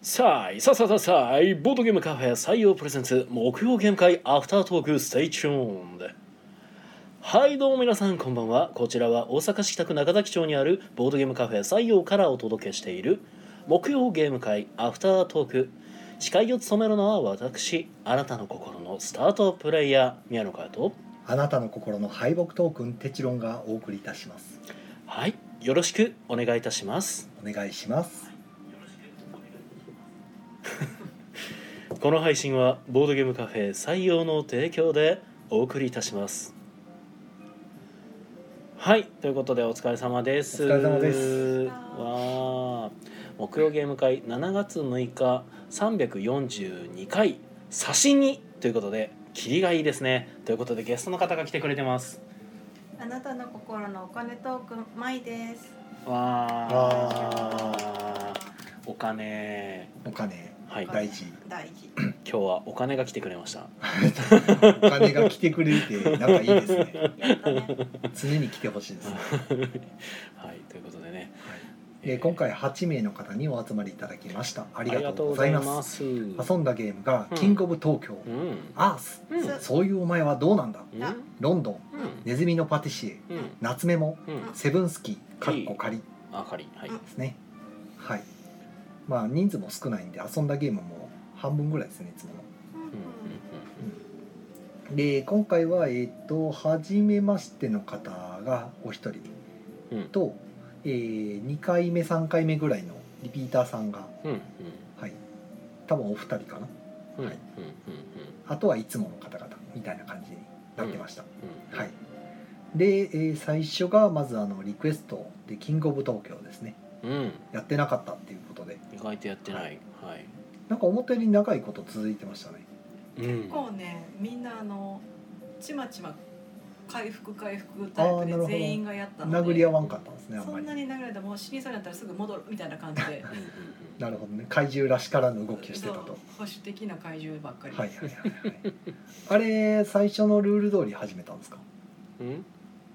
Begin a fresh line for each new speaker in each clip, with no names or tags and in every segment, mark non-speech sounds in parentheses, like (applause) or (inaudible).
さあいさあさあさあさあいボードゲームカフェ採用プレゼンツ木曜ゲーム会アフタートークステイチューンではいどうも皆さんこんばんはこちらは大阪市北区中崎町にあるボードゲームカフェ採用からお届けしている木曜ゲーム会アフタートーク司会を務めるのは私あなたの心のスタートプレイヤー宮野佳代と
あなたの心の敗北トークンテチロンがお送りいたします
はいよろしくお願いいたします
お願いします
この配信はボードゲームカフェ採用の提供でお送りいたしますはいということでお疲れ様です
お疲れ様です
わあ木曜ゲーム会7月6日342回刺身ということで霧がいいですねということでゲストの方が来てくれてます
あなたの心のお金トークンマイです。
わ
わ
あお金
お金
はい今
大事
大事。
日はお金が来てくれました (laughs)
お金が来てくれるってなんかいいですね
やったね。
常に来てほしいですね、
はいということでね
はい、で今回8名の方にお集まりいただきましたあ
あ
りがとうございます
りがとうございます
遊んだゲームが
うん
キングオブ東京、
うん
アース
うん
そう
そういうお前はどうなんだ
うん
ロンドン
うん
ネズミのパティシエ
うん
夏メモ
うん
セブンスキーかっこ仮で
あかりはい
うん
すねはいまあ人数も少ないんで遊んだゲームも半分ぐらいですねいつもの
うん
で今回はえっ、と初めましての方がお一人
うんうん
と、え2回目3回目ぐらいのリピーターさんが
うんうん
はい多分お二人かな
うんうんうんうん
はいあとはいつもの方々みたいな感じになってました、
うん
はいで、えー最初がまずあのリクエストで「キングオブ東京」ですね
うん
やってなかったっていうことで
意外とやってないはい
なんか思ったより長いこと続いてましたね
うん。
こうね、みんなあのちまちま回復回復タイプ
あーなるほ
で
ど
全員がやったの
殴り
で
合。わんかったんですねあん
そ
ま
んな
り
に殴られてもう死にそうになったらすぐ戻るみたいな感じ
(laughs)
うんう
で
ん
なるほどね怪獣らしからぬ動きをして
そう
たと
保守的な怪獣ばっかり。
はいはいはいはいあれ最初のルール通り始めたんですか
うんうん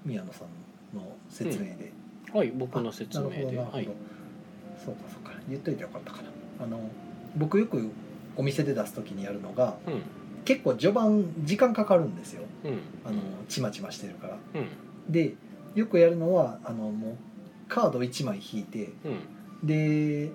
宮野さんの説明で、
はい僕の説明
なるほど
で
なるほど、
はい
そうかそうか言っといてよかったかなあの僕よくお店で出す時にやるのが
うん
結構序盤時間かかるんですよ
うん
あのちまちましてるから
うん
でよくやるのはあのもうカード1枚引いて
うん
で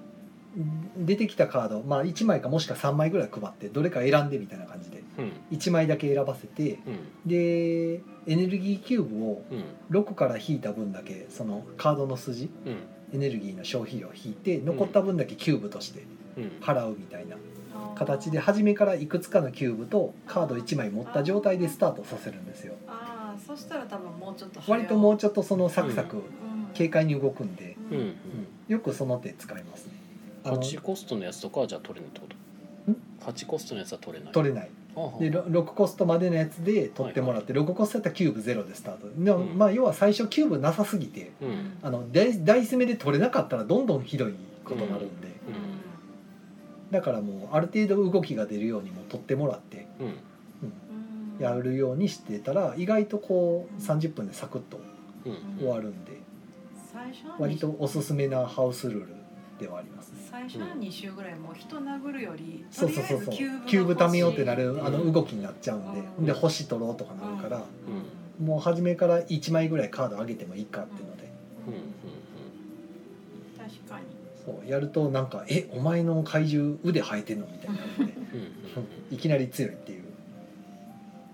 出てきたカード、まあ、1枚かもしくは3枚ぐらい配ってどれか選んでみたいな感じで
うん
1枚だけ選ばせて
うん
でエネルギーキューブを
うん
6から引いた分だけそのカードの筋
うん
エネルギーの消費量を引いて残った分だけキューブとして
うん
払うみたいな
あー
形で。初めからいくつかのキューブとカード1枚持った状態でスタートさせるんですよ
ああ、そしたら多分もうちょっと早
割ともうちょっとそのサクサク
うん
軽快に動くんで、
うんう
うん
ん
よくその手使いますねあの
8コストのやつとかはじゃあ取れないってこと8コストのやつは取れない
取れないで
れ
ろ6コストまでのやつで取ってもらって6コストやったらキューブゼロでスタートでも
うん
まあ要は最初キューブなさすぎて
うんうん
あの大大攻めで取れなかったらどんどんひどいことになるんで、
うん
だからもうある程度動きが出るようにもう取ってもらって、
うん
うん
やるようにしてたら意外とこう30分でサクッと
うん
終わるんで
最初の
割とおすすめなハウスルールではありますね
最初の2週ぐらいもう人殴るより
そ
と
う
り
そう
あえ
そう
ず
そう
キ
キ
ュ
ューブ貯
が欲し
め
い
ようってなるあ
う
の
ん
動きになっちゃうんで、
うん
で星取ろうとかなるから、
うん
もう初めから1枚ぐらいカード上げてもいいかっていうので、
うんうん
確かに
そうやるとなんか「えお前の怪獣腕生えてんの?」みたいになるんで
(laughs) うんうんうん
いきなり強いっていう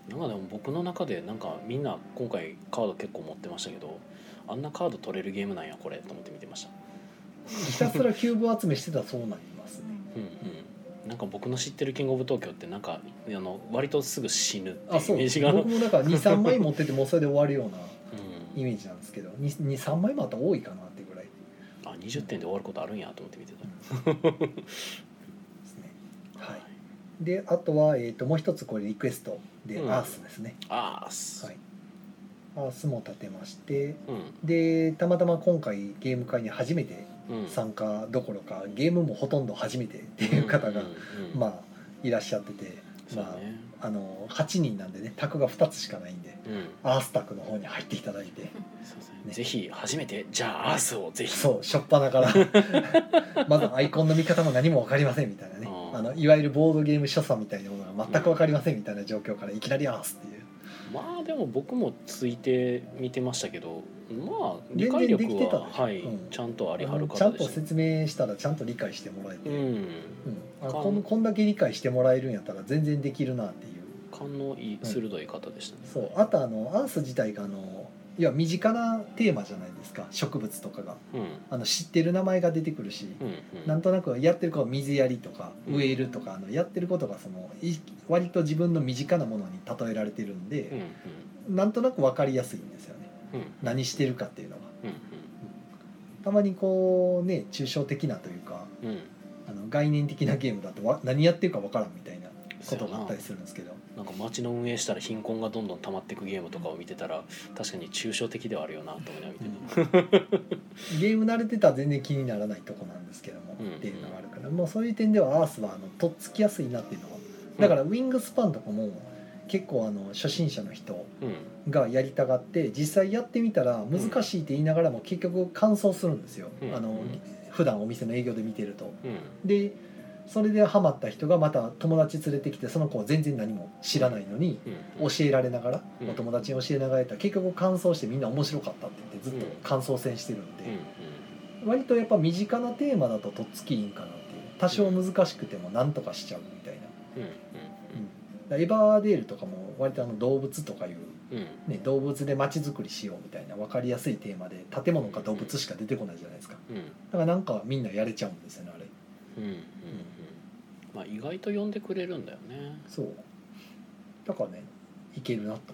なんかでも僕の中でなんかみんな今回カード結構持ってましたけどあんなカード取れるゲームなんやこれと思って見てました
ひたすらキューブ集めしてたらそうなりますね
うんうんなんか僕の知ってる「キングオブ東京」ってなんかあの割とすぐ死ぬって
あ
いう
そ
イ
う
メージ
僕
がうん
もだから23枚持っててもうそれで終わるようなイメージなんですけど23枚もあったら多いかなってぐらい
あ20点で終わることあるんやと思って見てた
ですねはいであとは、えー、ともう一つこれリクエストで、
うん
アースですね
あーす
はいアースも立てまして
うん
でたまたま今回ゲーム会に初めて
うん
参加どころかゲームもほとんど初めてっていう方が、
うんうんうん
まあいらっしゃってて
そうだね
あの8人なんでね卓が2つしかないんで
うん
アース卓の方に入っていただいて
そうですね
ね
ぜひ初めてじゃあアースをぜひ
そう初っ端から (laughs) まずアイコンの見方も何も分かりませんみたいなね
うん
あのいわゆるボードゲーム所作みたいなものが全く分かりませんみたいな状況からいきなりアースっていう
まあでも僕もついて見てましたけどまあ
全然
理解力
できてた
は、
ね
はい
うん
ちゃんとありはる
ちゃ
方
ん
で
と
した
説明したらちゃんと理解してもらえて、
う
うん
ん
あ
かん
こんこんだけ理解してもらえるんやったら全然できるなっていう
勘のいい
うん
鋭い方でしたね、
そうあとあのアース自体があのいや身近なテーマじゃないですか植物とかが
うん
あの知ってる名前が出てくるし、
うんうん
なんとなくやってることは水やりとか
うん
植えるとか、あのやってることがそのい割と自分の身近なものに例えられてるん
うん
で、
うん
なんとなく分かりやすいんですよね
うん
何してるかっていうのが
う
たまにこうね抽象的なというか
んうんうん
あの概念的なゲームだとわ何やってるか分からんみたいなこ
そう
と
や
があ
な
ったりするんですけど
なんか街の運営したら貧困がどんどん溜まっていくゲームとかを見てたら確かに抽象的ではあるよなと思いながら見てた、
ゲーム慣れてたら全然気にならないとこなんですけども、
うん
っていうのがあるからもうそういう点ではアースはあのとっつきやすいなっていうのはだからウィングスパンとかも結構あの初心者の人
うん
がやりたがって実際やってみたら難しいって言いながらも結局完走するんですよ、
うん
あ
う
の
ん
普段お店の営業で見てると。
うん
でそれでハマった人がまた友達連れてきてその子を全然何も知らないのに
うん
教えられながら
うん
お友達に教えながらやったら結局完走してみんな面白かったって言ってずっと感想戦してるんで。
うんうん
割とやっぱ身近なテーマだととっつきいいんかなっていう多少難しくてもなんとかしちゃうみたいな、
うん
だからエバーデールとかも割とあの動物とかいう、
うんうん
ね、動物で街づくりしようみたいな分かりやすいテーマで建物か動物しか出てこないじゃないですか
うん
だからなんかみんなやれちゃうんですよねあれ
うんうんうんまあ意外と呼んでくれるんだよね
そうだからねいけるなと思って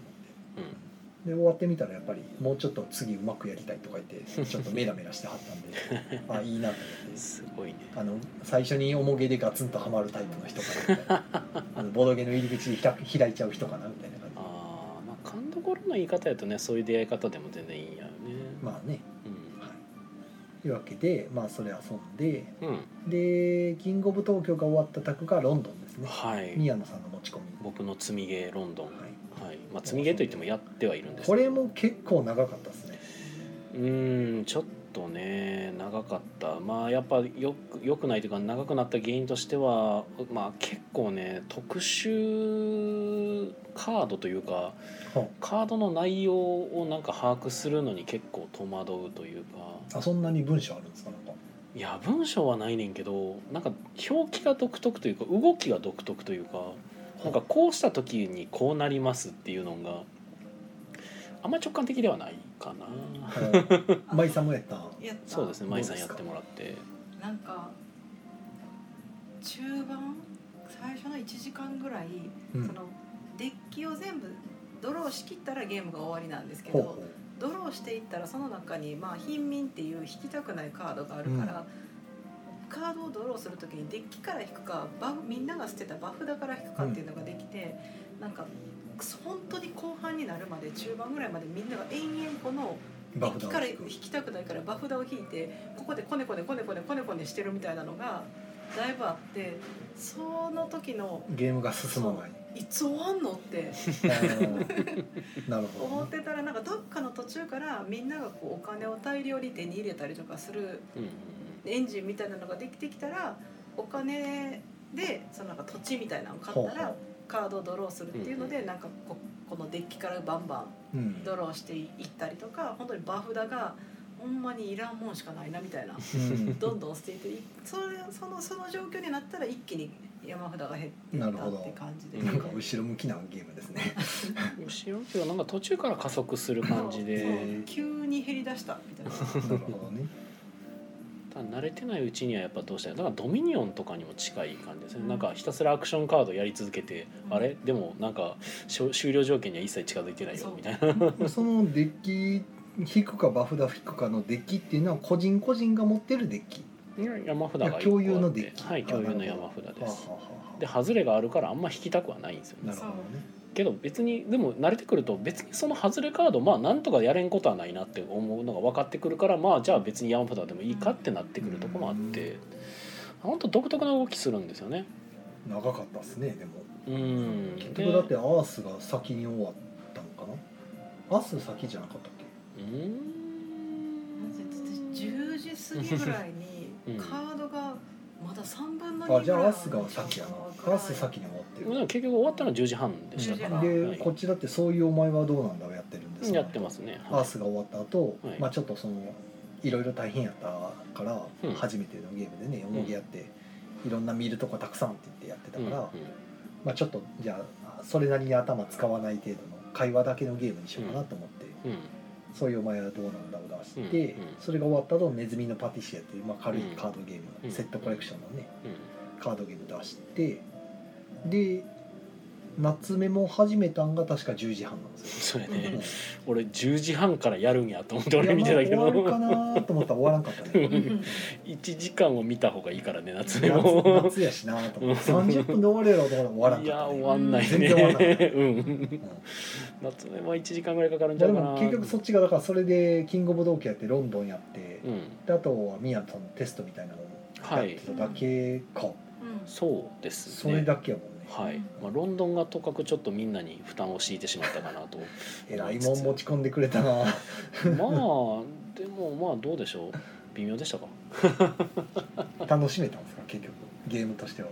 うん
で終わってみたらやっぱりもうちょっと次うまくやりたいとか言ってちょっとメラメラして
(laughs)
はったんであいいなと思って
すごいね
あの最初に重げでガツンとハマるタイプの人かなみたいなあのボードゲームの入り口で開く開いちゃう人かなみたいな感じ
ああまあ勘どころの言い方やとねそういう出会い方でも全然いいんやよね
まあね
うん
というわけでまあそれ遊んで
うん
でキングオブ東京が終わったタクがロンドンですね
はい
宮野さんの持ち込み、
僕の積みゲーロンドン
は
はいまあ積みゲーといってもやってはいるんです
い、
け
こ
ど
れも結構長かったですね
うーんちょっとね長かったまあやっぱよくよくないというか長くなった原因としてはまあ結構ね特殊カードというか
は
カードの内容をなんか把握するのに結構戸惑うというか
あそんなに文章あるんですかなんか
いや文章はないねんけどなんか表記が独特というか動きが独特というかなんかこうした時にこうなりますっていうのがあんまり直感的ではないかな。
あ
(laughs)
の舞さんもやった
やった
そうですね
どう
舞
です
さ
か
んやってもらって
なんか中盤最初の1時間ぐらい、
うん
そのデッキを全部ドローしきったらゲームが終わりなんですけ
ほう
ど
ほ
ドローしていったらその中に、まあ、貧民っていう引きたくないカードがあるから、カードをドローする時にデッキから引くかバフみんなが捨てたバフだから引くかっていうのができて、なんか本当に後半になるまで中盤ぐらいまでみんなが延々この
う
デ
バ
ッ
フ
キ
だ
から引きたくないからバフ札を引いてここでコネコネコネコネコネコネしてるみたいなのがだいぶあってその時の
ゲームが進まない
いつ終わんのって
あーなるほ
思
ど
っ
ね
てたらなんかどっかの途中からみんながこうお金を大量に手に入れたりとかする
うんうん
エンジンみたいなのができてきたらお金でそのなんか土地みたいなのを買
ほう
ったら
ほ
カードをドローするっていうのでなんかここのデッキからバンバン
ううん
ドローしていったりとか本当にバフ札がほんまにいらんもんしかないなみたいな
うん
どんどん捨てていそれそのその状況になったら一気に山札が減っていった
な
っ
るほど
て感じで
な
なんか後ろ向きなゲームですね
後ろっていうかなんか途中から加速する感じ
そう
で
そう急に減りだしたみたいな
なるほどね
ただ慣れてないうちにはやっぱどうしたらだからドミニオンとかにも近い感じですね、なんかひたすらアクションカードやり続けて、
うん
あれでもなんかしょ終了条件には一切近づいてないよ
そう
みたいな
そのデッキ引くかバフダ引くかのデッキっていうのは個人個人が持ってるデッキ
山札が一個あって
共有のデッキ
はい
あ
共有の
なるほ
山札
ど
で
はあは
す
あはあ
で外れがあるからあんま引きたくはないんですよね
なるほどね
けど別にでも慣れてくると別にその外れカードまあなんとかやれんことはないなって思うのが分かってくるからまあじゃあ別に山札でもいいかってなってくるとこもあって本当独特な動きするんですよね
長かったっすねでも
うん
結
で
局だってアースが先に終わったのかなアース先じゃなかったっけ
うん
10時過ぎぐらいに
うん
カードがまだ3分の
あ
2
じ
ぐ
ゃ
らい
あアースが先やなアース先に終わって
で
る
も結局終わったのは10時半でしたから、
で、
はい
こっちだって「そういうお前はどうなんだ」をやってるんです
やってますね、
ア
は
ースが終わった後、
はい
まあちょっとそのいろいろ大変やったから、
うん
初めてのゲームでね
ん
重げやって、いろんな見るとこたくさんって言ってやってた
い、
から、
うんうん
まあちょっとじゃあそれなりに頭使わない程度の会話だけのゲームにしようかなと思って、
うん
そういうお前はどうなんだを出して、
うんうん
それが終わった後ネズミのパティシエっていう、まあ、軽いカードゲーム、
うん
セットコレクションのねカードゲーム出してで夏目も始めたんが確か10時半なんですよ
それ
うん
ね俺10時半からやるんやと思って俺見て
い
たけ
やまあ終わ
ど
るかなと思ったら終わらんかったね
1時間を見た方がいいからね夏目
夏
も
夏やしなと思って30分で終われよと思ったら
い
終
や
わら
終
んかっ
わんない
全然終わんない
ねうん
たね
夏目も1時間ぐらいかかる
うんん
ち
ま
ゃ
あ
うかな
でも結局そっちがだからそれでキングオブ同期やってロンドンやって
う、ん
であとはミヤさんのテストみたいなのを
は
やっ
い
てただけか、
そうですね
それだけやもんね
はい、まあ、ロンドンがとかくちょっとみんなに負担を強いてしまったかな
(laughs)
と
えらいもん持ち込んでくれたな (laughs)
まあでもまあどうでしょう微妙でしたか
楽しめたんですか結局ゲームとしては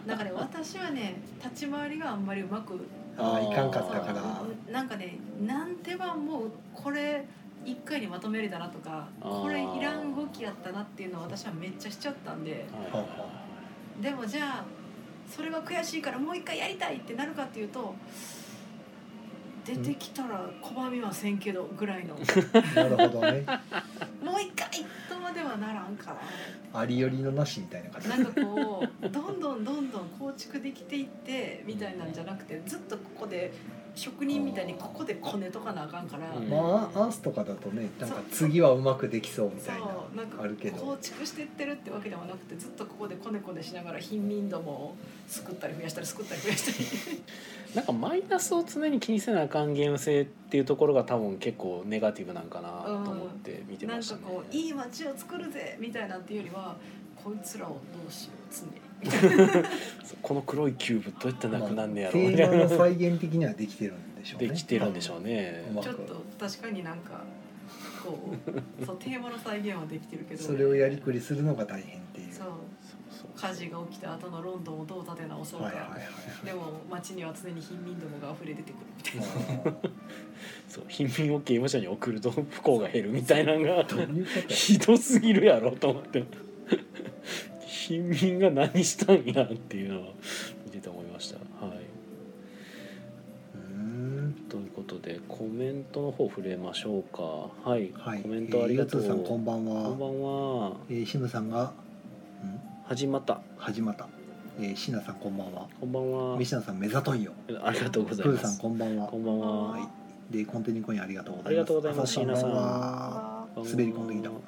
うんなんかね私はね立ち回りがあんまりうまく
ああ
あー
いかんかったから
なんかね何手番もこれ1回にまとめれたなとか
あー
これいらん動きやったなっていうのを私はめっちゃしちゃったんで
はいはいは
でもじゃあそれが悔しいからもう一回やりたいってなるかっていうと出てきたら拒みはせんけどぐらいのもう
なるほどね
一回とまではならんか
ありよりのなしみたいな感じ
ななんかこうどんどんどんどん構築できていってみたいなんじゃなくてずっとここで職人みたいにここでこねとかなあかんから。
うん
まあアースとかだとねなんか次はうまくできそうみ
そ
たいな
うなんか
あるけど
構築してってるってわけではなくてずっとここでこねこねしながら貧民度も救ったり増やしたり救ったり増やしたり
い、なんかマイナスを常に気にせなあかんゲーム性っていうところが多分結構ネガティブなんかなと思って見て
な
ま
ん
し
か
たね、
こういい街を作るぜみたいなっていうよりはこいつらをどうしよう常に
そうこの黒いキューブどうやってなくなんねやろ
ま
う
あ
み
テ
たい
ーマ
な
の再現的にはできてるんでしょうね
できてるんでしょうね
うま
ち
く
ょっと確かになんかこうそうテーマの再現はできてるけど
それをやりくりするのが大変っていう
そう
そうそう
火事が起きた後のロンドンをどう立て直そうか、
はいはいはい
でも街には常に貧民どもが溢れ出てくるみたいな。
はい
そう貧民を刑務所に送ると不幸が減るみたいなのが
どういうことや
ひどすぎるやろと思って貧民が何したんやっていうのは見てて思いました。はい、 (laughs)
うーん
ということでコメントの方触れましょうか。はい、
はい
コメントありがとう。
えーゆつさんこんばん
こ
は
んばんは。
えーシムさんがん
始まった。
始まったえーシナさんこんばんは
こんばんは
ミ。シナさん目ざといよ
ありがとうご
プ
ざい
ー
ま
さん
す。
こんばんは
こんばん
ばん
は
は。
はいでコンテニコインありがとうございます
ありがとうございます
あさんこんばん
シナ
は滑り込んできた
はい。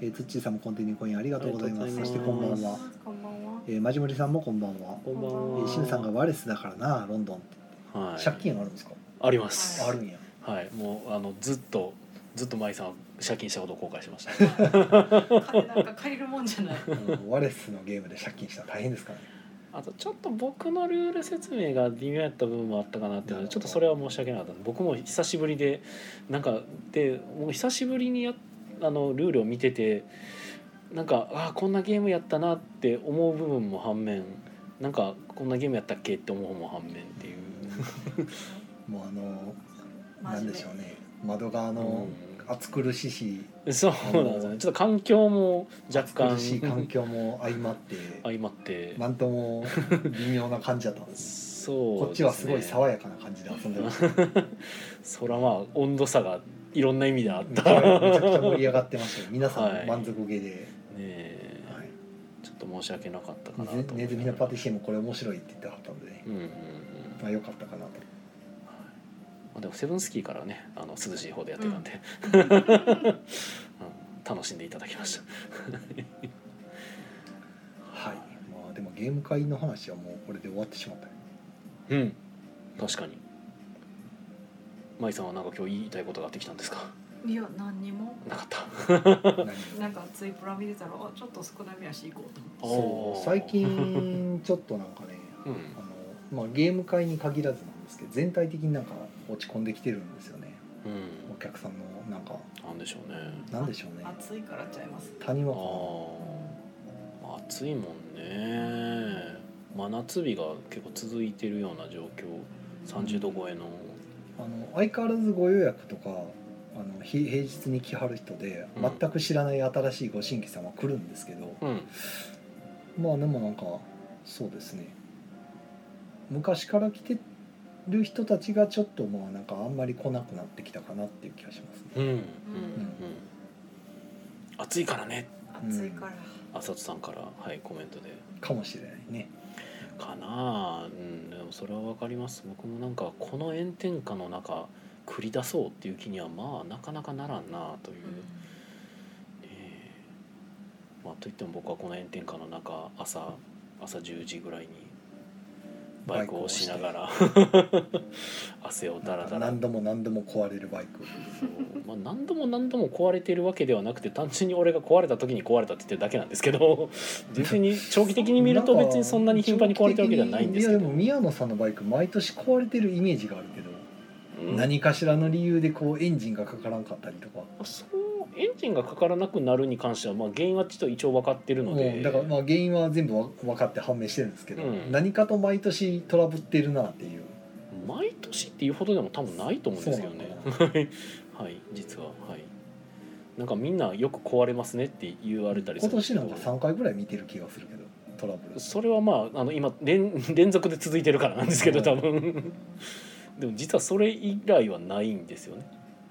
えーツッチーさんもコンテニコインありがとうございます
あ
そ
り
し
が
て
と
こ
うんござ
ば
いま
んは
こんばんは。
えーマジモリさんもこんばんは
こんばん
えー
は。
シムさんがワレスだからなロンドンって
はい。
借金あるんですか
あります。
あ
(laughs)
るんや
はい、もうあのずっとずっと舞さんは借金したことを後悔しました。
金なんか借りるもんじゃない。
うんワレスのゲームで借金したら大変ですからね
あとちょっと僕のルール説明が微妙やった部分もあったかなっていうのでちょっとそれは申し訳なかったんで僕も久しぶりでなんかでもう久しぶりにやあのルールを見ててなんかあーこんなゲームやったなって思う部分も反面なんかこんなゲームやったっけって思う方も反面っていう、
もうあのな
真面
ん
目
でしょうね窓側の暑苦しいし
そうなんですよねちょっと環境も若
暑
干
苦しい環境も相
(laughs)
まって
相まって
なんとも微妙な感じだったんです
そう
こっちはすごい
ですね
爽やかな感じで遊んでました
(laughs)
めち
そらまあ温度差がいろんな意味であった
ゃ
ね
くちゃ盛り上がってましたよ皆さん満足げで、
え
はい
ちょっと申し訳なかったかな
ネズ
と
ネズミのパティ
シ
シエもこれ面白いって言ってはったんでね
うんうんうん
まあ良かったかなと
まあでもセブンスキーからはねあの涼しい方でやってたんで、 (laughs) うん楽しんでいただきました
はいまあでもゲーム会の話はもうこれで終わってしまったよ
うん確かに舞さんはなんか今日言いたいことがあってきたんですか
(laughs) いや何にも
なかった (laughs)
何
なんかついプラ見てたらあちょっと少なめやし行こうと
そう
おー
最近ちょっとなんかね
うん
あの、まあ、ゲーム界に限らずなんですけど全体的になんか落ち込んできてるんですよね
うん
お客さんのなんか
なんでしょうね
なんでしょうね
思って暑いからちゃいます
谷間
あ
か
あまあ暑いもんね真夏日が結構続いてるような状況30度超えの
なあの相変わらずご予約とかあのひ平日に来はる人で
うん
全く知らない新しいご新規様来るんですけど、
うん
まあでもなんかそうですね昔から来てる人たちがちょっとまあなんかあんまり来なくなってきたかなっていう気がしますね
うんうんうん
ん
暑いからね
暑いから、
浅津さんからはいコメントで
かもしれないね
かなあうんでもそれはわかります僕もなんかこの炎天下の中繰り出そうっていう気にはまあなかなかならんなあという、ええまあといっても僕はこの炎天下の中朝朝10時ぐらいにバイクを押しながら (laughs) 汗をだらだら
何度も何度も壊れるバイク
そう (laughs) まあ、何度も何度も壊れているわけではなくて単純に俺が壊れた時に壊れたって言ってるだけなんですけ
(laughs)
ど別に長期的に見ると別にそんなに頻繁に壊れてるわけではないんですけ
いや
ど
でも宮野さんのバイク毎年壊れてるイメージがあるけど、
うん
何かしらの理由でこうエンジンがかからんかったりとか、
そうエンジンがかからなくなるに関しては、まあ、原因はちょっと一応分かってるので
もうだからまあ原因は全部わ分かって判明してるんですけど、
うん
何かと毎年トラブってるなっていう
毎年っていうほどでも多分ないと思うんですけどね
そう
はい実ははいなんかみんなよく壊れますねって言われたりす
今
るんです
年
けど
なんか3回ぐらい見てる気がするけどトラブル
それはまああの今連連続で続いてるからなんですけど多分
(laughs)
でも実はそれ以来はないんですよね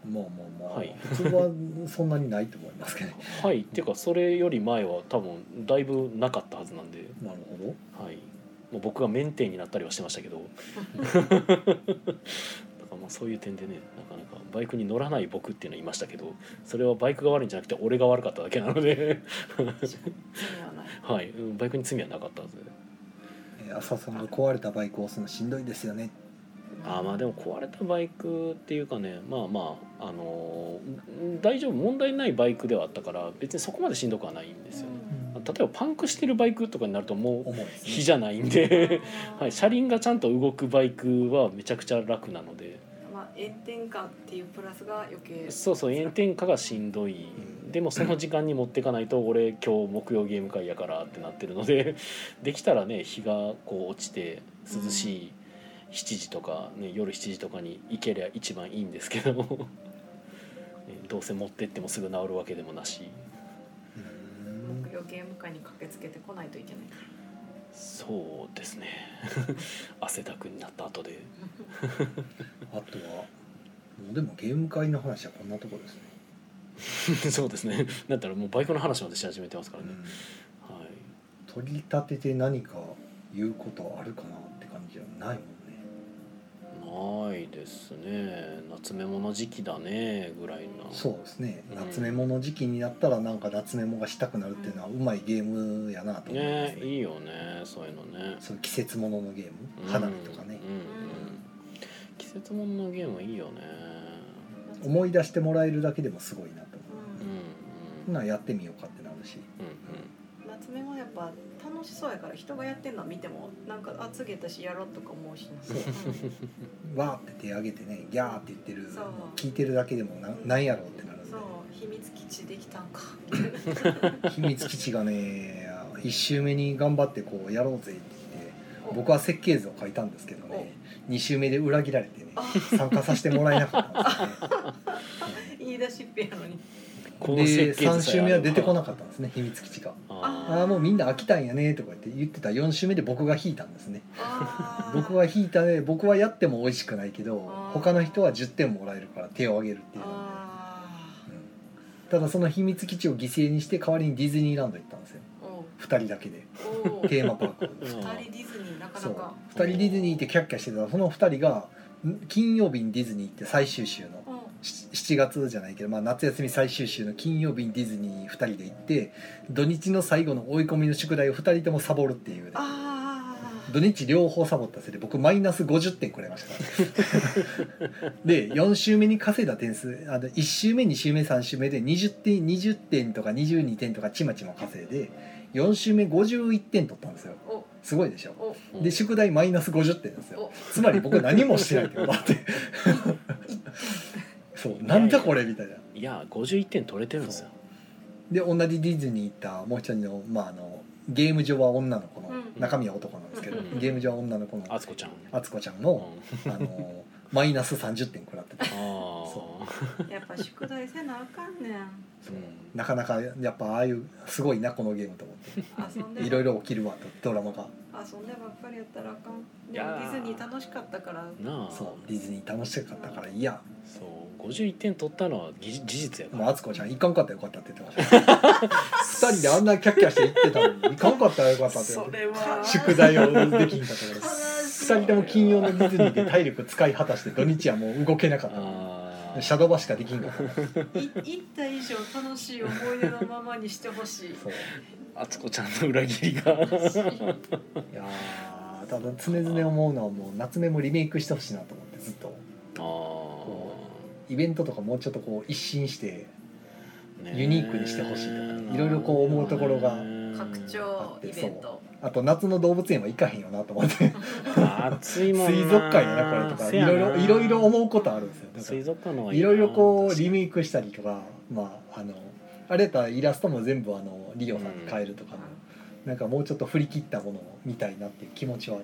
まあまあまあ、
はい
普通はそんなにないと思いますけど
はいっていうかそれより前は多分だいぶなかったはず (laughs) なんで、
なるほど
はい、もう僕がメンテになったりはしてましたけどだからまあそういう点でねなかなかバイクに乗らない僕っていうのはいましたけどそれはバイクが悪いんじゃなくて俺が悪かっただけなので、
罪はない
はい、うんバイクに罪はなかったはずで
えー浅田さんが壊れたバイクを押すのしんどいですよね
あーまあでも壊れたバイクっていうかねまあまあ、あのーん大丈夫問題ないバイクではあったから別にそこまでしんどくはないんですよね例えばパンクしてるバイクとかになるともう
重いですね
火じゃないん
(laughs)
(laughs)
で、
あー
はい、車輪がちゃんと動くバイクはめちゃくちゃ楽なので
まあ、炎天下っていうプラスが余計
そうそう炎天下がしんどいでもその時間に持っていかないと俺今日木曜ゲーム会やからってなってるので (laughs) できたらね日がこう落ちて涼しい7時とか、ね、夜7時とかに行けりゃ一番いいんですけど、 (laughs) ね、どうせ持ってってもすぐ治るわけでもなし
う
木
ん
曜ゲーム会に駆けつけてこないといけないか
そうですね (laughs) 汗だくになった後で (laughs)
あとはもうでもゲーム会の話はこんなところですね、
そうですねだったらもうバイクの話までし始めてますからね、はい
取り立てて何か言うことあるかなって感じはないもんね
ないですね夏メモの時期だねぐらいな
そうですね
うん
夏メモの時期になったらなんか夏メモがしたくなるっていうのはうまいゲームやなと思います
ね
ね
いいよねそういうのね
そういう季節もののゲー
うん
ム花火とか
うんう
ね
ん季節もののゲームいいよね
ら
思い出してもらえるだけでもすごいなと思
う
う
う
う
んん
んうん
なやってみようかってなるし
夏目もやっぱ楽しそうやから人がやってんの見てもなんかあ次私やろうとか思うし
そうわーって手上げてねギャーって言ってる
そう
聞いてるだけでもななんやろうってなるん
そう
で
秘密基地できたんか
秘密基地がね1周目に頑張ってこうやろうぜって言って僕は設計図を書いたんですけどね2周目で裏切られてね
あ
参加させてもらえなかったんですね
言い出しっぺやのに
(laughs) この
(laughs) で
設計
3
図さえあれ
周
ば
目は出てこなかったんですね秘密基地が「
あ
ああもうみんな飽きたんやね」とか言って言ってた4周目で僕が引いたんですね
あー
僕は引いたね僕はやっても美味しくないけど
あー
他の人は10点もらえるから手を挙げるっていうので
あ
うんただその秘密基地を犠牲にして代わりにディズニーランド行ったんですよ
ーおう
2人だけで
おう
テーマパー
(laughs)
クを
うん
二人ディズニーなか
そ
な
う
か
2人ディズニー行ってキャッキャしてたらその2人がん金曜日にディズニー行って最終週の
うん
し7月じゃないけど、まあ、夏休み最終週の金曜日にディズニー2人で行って土日の最後の追い込みの宿題を2人ともサボるっていうね
あー
土日両方サボったせいで僕マイナス50点くれました
(laughs)
からねで4週目に稼いだ点数あの1週目2週目3週目で20点20点とか22点とかちまちま稼いで4週目51点取ったんですよ
お
すごいでしょ
お
うん
で宿題マイナス50点なんですよ
お
つまり僕何もしてないってことだって
(laughs)
そうなんだこれみたいない
や51点取れてるんですよ
で同じディズニー行ったもう一人の,、まあ、あのゲーム上は女の子の、
うん
中身は男なんですけど、
うん
ゲーム上は女の子の
あつこちゃん、うん、あ
あつこちゃんの、あのマイナス30点食らってた
あ
やっぱ宿題せなあかんねん
そうなかなかやっぱああいうすごいなこのゲームと思っ
遊んで
ていろいろ起きるわとドラマが
遊んでばっかりやったらあかん
い
で
や
も
ー
ディズニー楽しかったから
なあ
そうディズニー楽しかったからいや
そう51点取ったのはぎ事実やか
もう
ら
あつこちゃん行かんかったらよかったって言ってました二人であんなキャッキャして行ってたのに行かんかったらよかったって言
そ
って
れは
宿題をできんかったから
悲
二人とも金曜のディズニーで体力使い果たして土日はもう動けなかった
ああ
シャドバしかできんかったからそう
い (laughs) 行った以上楽しい思い出のままにして
(laughs)
ほしい
あつこちゃんの裏切りが
いやーただ常々思うのはもう夏目もリメイクしてほしいなと思ってずっと
あ
イベントとかもうちょっとこう一新して
あ、ね
ユニークにしてほしいとかいろいろこう思うところが
拡張イベント
あと夏の動物園は行かへんよなと思って
暑いもんな
水族館やなこれとか
せ
い
やな
ろいろいろいろ思うことあるんですよだから
水族館の方が
いろいろこうリ
イ
メイクしたりとかまああのあれだったらイラストも全部あのリオさんに変えるとかも、なんかもうちょっと振り切ったものを見たいなっていう気持ちは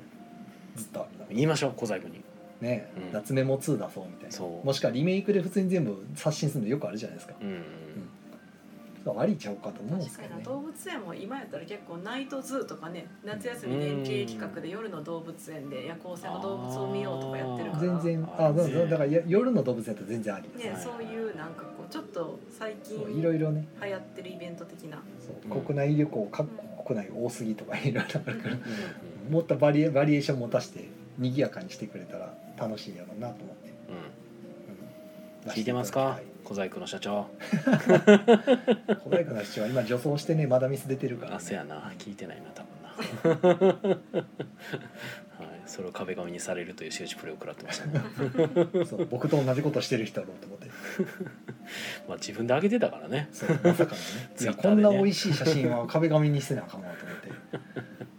ずっとあるな
言いましょう小細工に
ね、
うん
夏メモ2だそうみたいな
そう
もしくはリメイクで普通に全部刷新するのよくあるじゃないですか
うん
ありちゃうかと思うんで
確
す
か
け
に
ど
な
ね
動物園も今やったら結構ナイトズーとかね夏休み連携企画で夜の動物園で夜行性の動物を見ようとかやってるから
全然
あー
あそうそうだからや夜の動物園と全然ありです、
ね、そういうなんかこうちょっと最近
そうい
流
ろいろね
行ってるイベント的な
そう
うん
国内旅行各国内多すぎとかいろいろあるから
うんうん
もっとバリエバリエーション持たして賑やかにしてくれたら楽しいやろうなと思って、う
うんん聞いてますか小細工の社長
はい小細工の市長は今女装してねまだミス出てるから、
あせ
ね、
やな聞いてないな多分な (laughs) はいそれを壁紙にされるという仕打ちプレーを食らってましたね
そう僕と同じことしてる人だろうと思って
まあ自分で上げてたからね
そう
(laughs)
まさかのねいや
Twitter
こんな
でね
美味しい写真は壁紙にせなあかんわと思って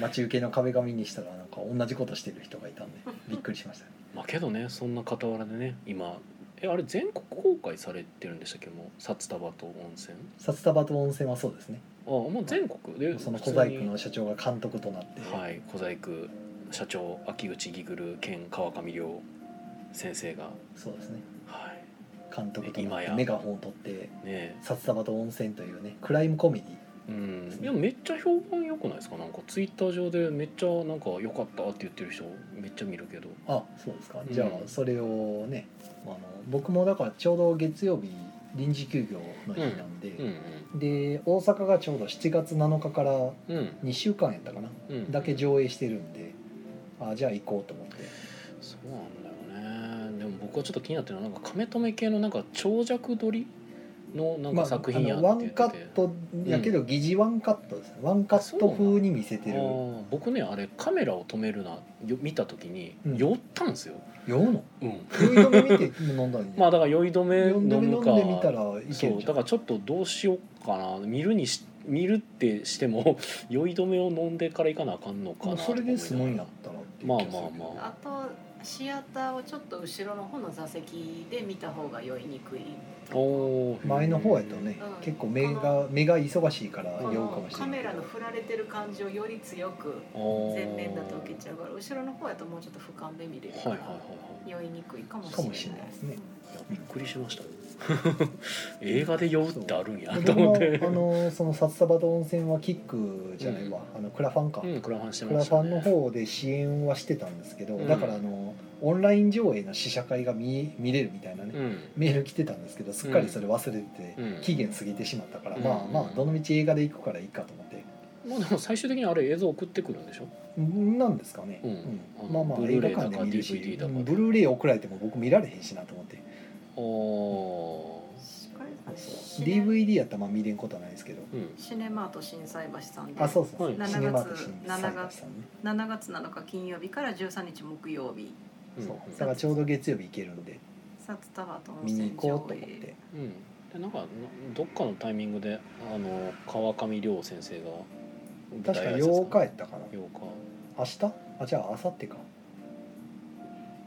待ち受けの壁紙にしたらなんか同じことしてる人がいたんでびっくりしましたね
まあけどねそんな傍らでね今えあれ全国公開されてるんでしたっけもう札束と温泉
札束と温泉はそうですね
あもう全国で
その小細工
普通に
の社長が監督となって、
はい、小細工社長秋口ギグル兼川上亮先生が、
そうですね
は
監督とな
今
って
や
メガホンを取って
い、ね
札束と温泉というねクライムコメディ
えうんいやめっちゃ評判良くないですかなんかツイッター上でめっちゃなんか良かったって言ってる人めっちゃ見るけど
あそうですか、
うん
じゃあそれをねあの僕もだからちょうど月曜日臨時休業の日なんで、
うん
で大阪がちょうど7月7日から
うんうん
2週間やったかな
うん
だけ上映してるんであじゃあ行こうと思って
そうなんだよねでも僕はちょっと気になってるのはなんか亀止め系のなんか長尺撮りのなん
ま
か
あ
作品や
あ
って
のワ
言って
ン
て、
カットやけど疑似ワンカットですねワンカット風に見せてる
ああ僕ねあれカメラを止めるなよ見た時に
うん
酔ったんですよ、
酔うの
うん
酔い止め見て飲んだのに
(laughs) まあだから酔い止め
酔い
飲
止め飲
む
ん
か
でみたらいけ
そ
る
う
じゃ
だ
ん
からちょっとどうしようかな見るにし見るってしても (laughs) 酔い止めを飲んでから行かなあかんのか
も
な
うそれですごいんやったらっていう気がするけど
まあまあま
あとシアターをちょっと後ろの方の座席で見た方が酔いにくい、
おー
前の方やとね、
うん
結構目が目が忙しいから
こ
酔うか
の
もし
カ
れない
メ
け
ラの
ど
振られてる感じをより強く前
全
面だと受けちゃうから後ろの方やともうちょっと俯瞰で見れるか
はいはい
ら
はいはい
酔いにくいかもし
か
れな
も
い
しれないですね
いやびっくりしました (laughs) 映画で酔うってあるんやと
僕も
思って
あのその札束と温泉はキックじゃないわ、あのクラファンか、
うんクラファンして
ク
ま
ラ
し
ファ
た
ンの
ね
方で支援はしてたんですけど、
うん
だからあのオンライン上映の試写会が見見れるみたいなね、
うん
メール来てたんですけどすっかりそれ忘れてて、
うん
期限過ぎてしまったから、
うん
まあまあどの道映画で行くからいいかと思って、
まあでも最終的にあれ映像送ってくるんでしょ
んなんですかね、
うん
まあまあ
ブル
映
ーレ
画
イだ
館
か
で見るし、
DVD だか
うんブルーレイ送られても僕見られへんしなと思って
おー
しっかりシネ
DVD やったらまあ見れんことはないですけど
うん
シネマート心斎橋さんで
あそうそう、
はい
シネマートシンサイ
7月
バーさんね、
7月7日金曜日から13日木曜日
うん
そうだからちょうど月曜日行けるんで
サツタワーと温
見に
泉
行
上
こうと思っ
映
て
うん、でなんかなどっかのタイミングであの川上亮先生が
確か8日やったかな
8日
明日あじゃあ明後日か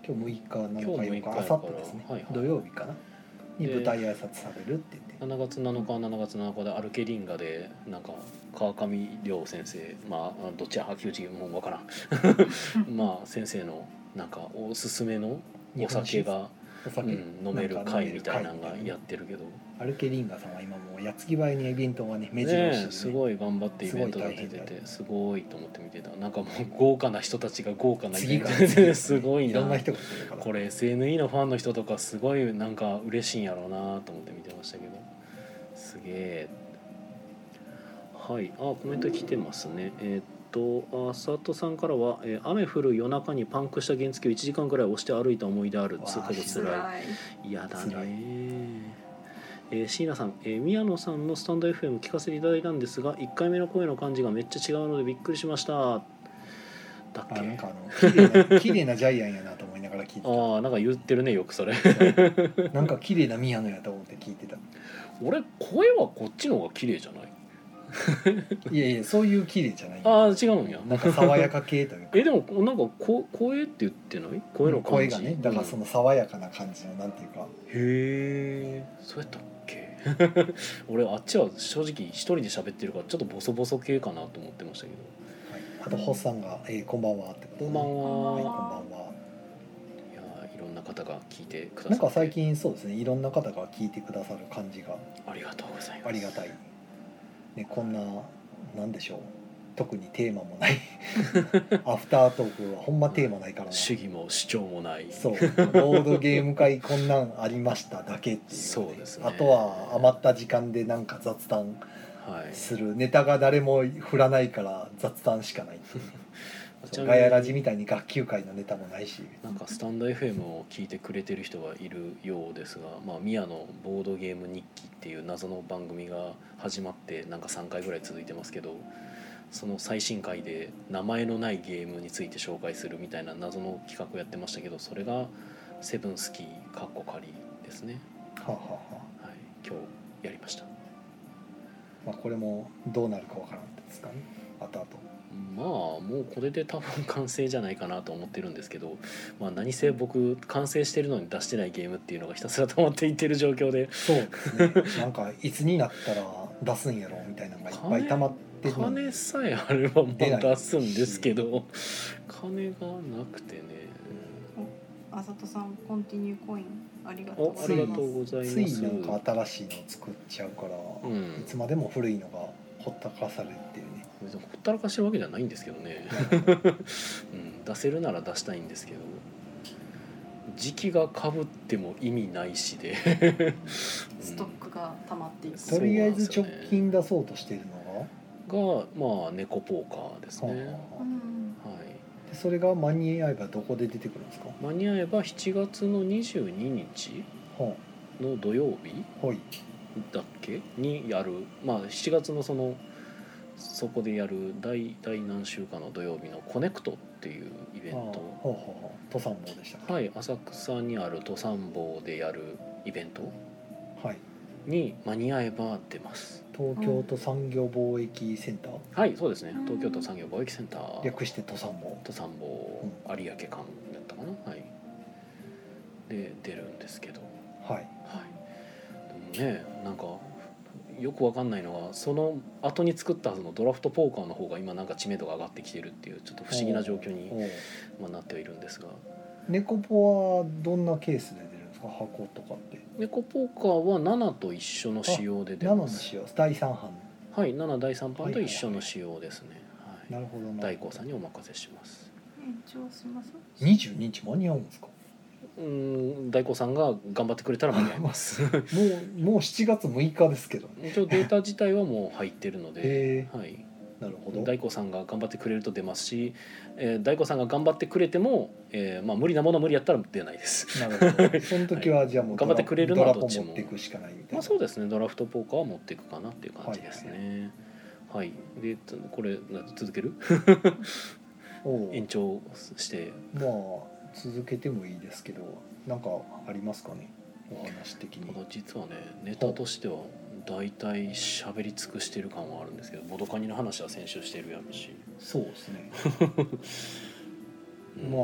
今日6日
今日
7日
6
8日
日
明後日ですね、
はいはい
土曜日かなに
で
舞台挨拶されるって言って
7月7日は7月7日でアルケリンガでなんか川上亮先生まあどっちや秋口もう分からんまあ先生のなんかおすすめのお酒が、
お
う
酒、
ん、飲める会みたいなの
んか
が
飲める会みたいなね
やってるけど
アルケリンガさんは今もう矢継ぎ早にイベントがね目白押しで、
ね
ね
えすごい頑張ってイベントが出て
すごい大変
てすごいと思って見てたなんかもう豪華な人たちが豪華なイベ
次
ント
が
で (laughs) すごい
いろん
な
な人が来るから
これ SNE のファンの人とかすごいなんか嬉しいんやろうなと思って見てましたけどすげえはいあコメント来てますねえーっとあ佐藤さんからは、えー雨降る夜中にパンクした原付を1時間くらい押して歩いた思い出ある
わあ
通過後つ
辛
らい
い
嫌だ
辛い
ねえー、椎名さん、えー宮野さんのスタンド FM 聞かせていただいたんですが1回目の声の感じがめっちゃ違うのでびっくりしましただっ
あ
け
なんかあの綺麗な綺 (laughs) 麗なジャイアンやなと思いながら聞いて
ああなんか言ってるねよくそれ (laughs)
たなんか綺麗な宮野やと思って聞いてた
俺声はこっちの方が綺麗じゃない
いやいやそういう綺麗じゃない
ああ違うんや
なんか爽やか系というか
えでもなんかこ声って言ってない声の感
声
じ
がねだからそ
の、
の爽やかな感じのなんていうか
へえそうやったっけ (laughs) 俺あっちは正直一人で喋ってるからちょっとボソボソ系かなと思ってましたけど
はい、あとホッさんが、えーこんばんはってこと
こ
で
んばん
は、
はい
こ
い
んばんは。
やーいろんな方が聞いてくださって
なんか最近そうですね、いろんな方が聞いてくださる感じが
ありがとうございます
ありがたい。ね、こんな、なんでしょう。特にテーマも
(laughs)
ない。アフタートークはほんまテーマないからな。
主義も主張もない
そう、ボードゲーム会こんなんありましただけっていうね、
そうですね
あとは余った時間でなんか雑談
はい
するネタが誰も振らないから雑談しかないっていう
ちなみに
ガヤラジみたいに学級会のネタもないし
なんかスタンド FM を聞いてくれてる人がいるようですが「まあ、宮のボードゲーム日記」っていう謎の番組が始まってなんか3回ぐらい続いてますけどその最新回で名前のないゲームについて紹介するみたいな謎の企画やってましたけどそれが「セブンスキー」かっこ仮ですね、
はあ、はあはあ
はい、今日やりました
まあ、これもどうなるかわからんですかね後々
まあもうこれで多分完成じゃないかなと思ってるんですけど、まあ、何せ僕完成してるのに出してないゲームっていうのがひたすら溜まっていってる状況で
そうですねなんかいつになったら出すんやろみたいなのがいっぱい溜まってるのに
金さえあればもう
出ない
出すんですけど金がなくてね
あさとさんコンティニューコインありがとう
お
ご
あ
ざい
りが
ま
とう
す
ござい
つ
ま
い
す
なんか新しいの作っちゃうから、
う
い
ん
つまでも古いのがほったらかされてるね
別にほったらかしてるわけじゃないんですけどね、うん、出せるなら出したいんですけど時期がかぶっても意味ないしで
ストックが溜まっていく
そ
と
う
りあえず
そう
直
なんですよね
近出そうとしてるの
がまあ猫ポーカーです
が、
ね、
はあ
う
は
ん
はい、
あでそれが間に合えばどこで出てくるんですか、は
間に合えば7月の22日の土曜日
あはい
だっけにやるまあ7月のそのそこでやる第第何週かの土曜日の「コネクト」っていうイベン
ああは
ト
あはあはあ登山坊でしたっけ
はい浅草にある登山坊でやるイベント
はい、
に間に合えば出ます
東京都産業貿易センター、
はいそうですね
うん
東京都産業貿易センター
略して登山坊
登山坊有明館だったかなはいで出るんですけど
はい
はい、でもねなんかよくわかんないのがその後に作ったはずのドラフトポーカーの方が今なんか知名度が上がってきてるっていうちょっと不思議な状況に
おう
まあなってはいるんですが
猫ポはどんなケースで出るんですか箱とかって
猫ポーカーは7と一緒の仕様で出
7の
ます
使用第3版
はい7第3版と一緒の仕様ですね、は
なるほど
い、
な
大光さんにお任せします
延長します
22日間に合うんですかも
うーん大光さんが頑張ってくれたら間に合います
うもう7月6日ですけどね
一応データ自体はもう入ってるので、
へ
はい、
えなるほど
大悟さんが頑張ってくれると出ますし、えー、大悟さんが頑張ってくれても、えーまあ、無理なものは無理やったら出ない
(laughs)
です。
なるほ
(laughs)
どその時はじゃあもうドラ、
頑張ってくれるの
ド
は
ラ
ど
ポ
っちも
持っていくしかないみたいな、
まあそうですねドラフトポーカーは持っていくかなっていう感じです
は
ね。はい、でつこれな続ける
おう
延長して
まあ続けてもいいですけどなんかありますかねお話的に
ただ実はねネタとしては大体喋り尽くしてる感はあるんですけどボドカニの話は先週してるやろし、
そうですね
うん
ま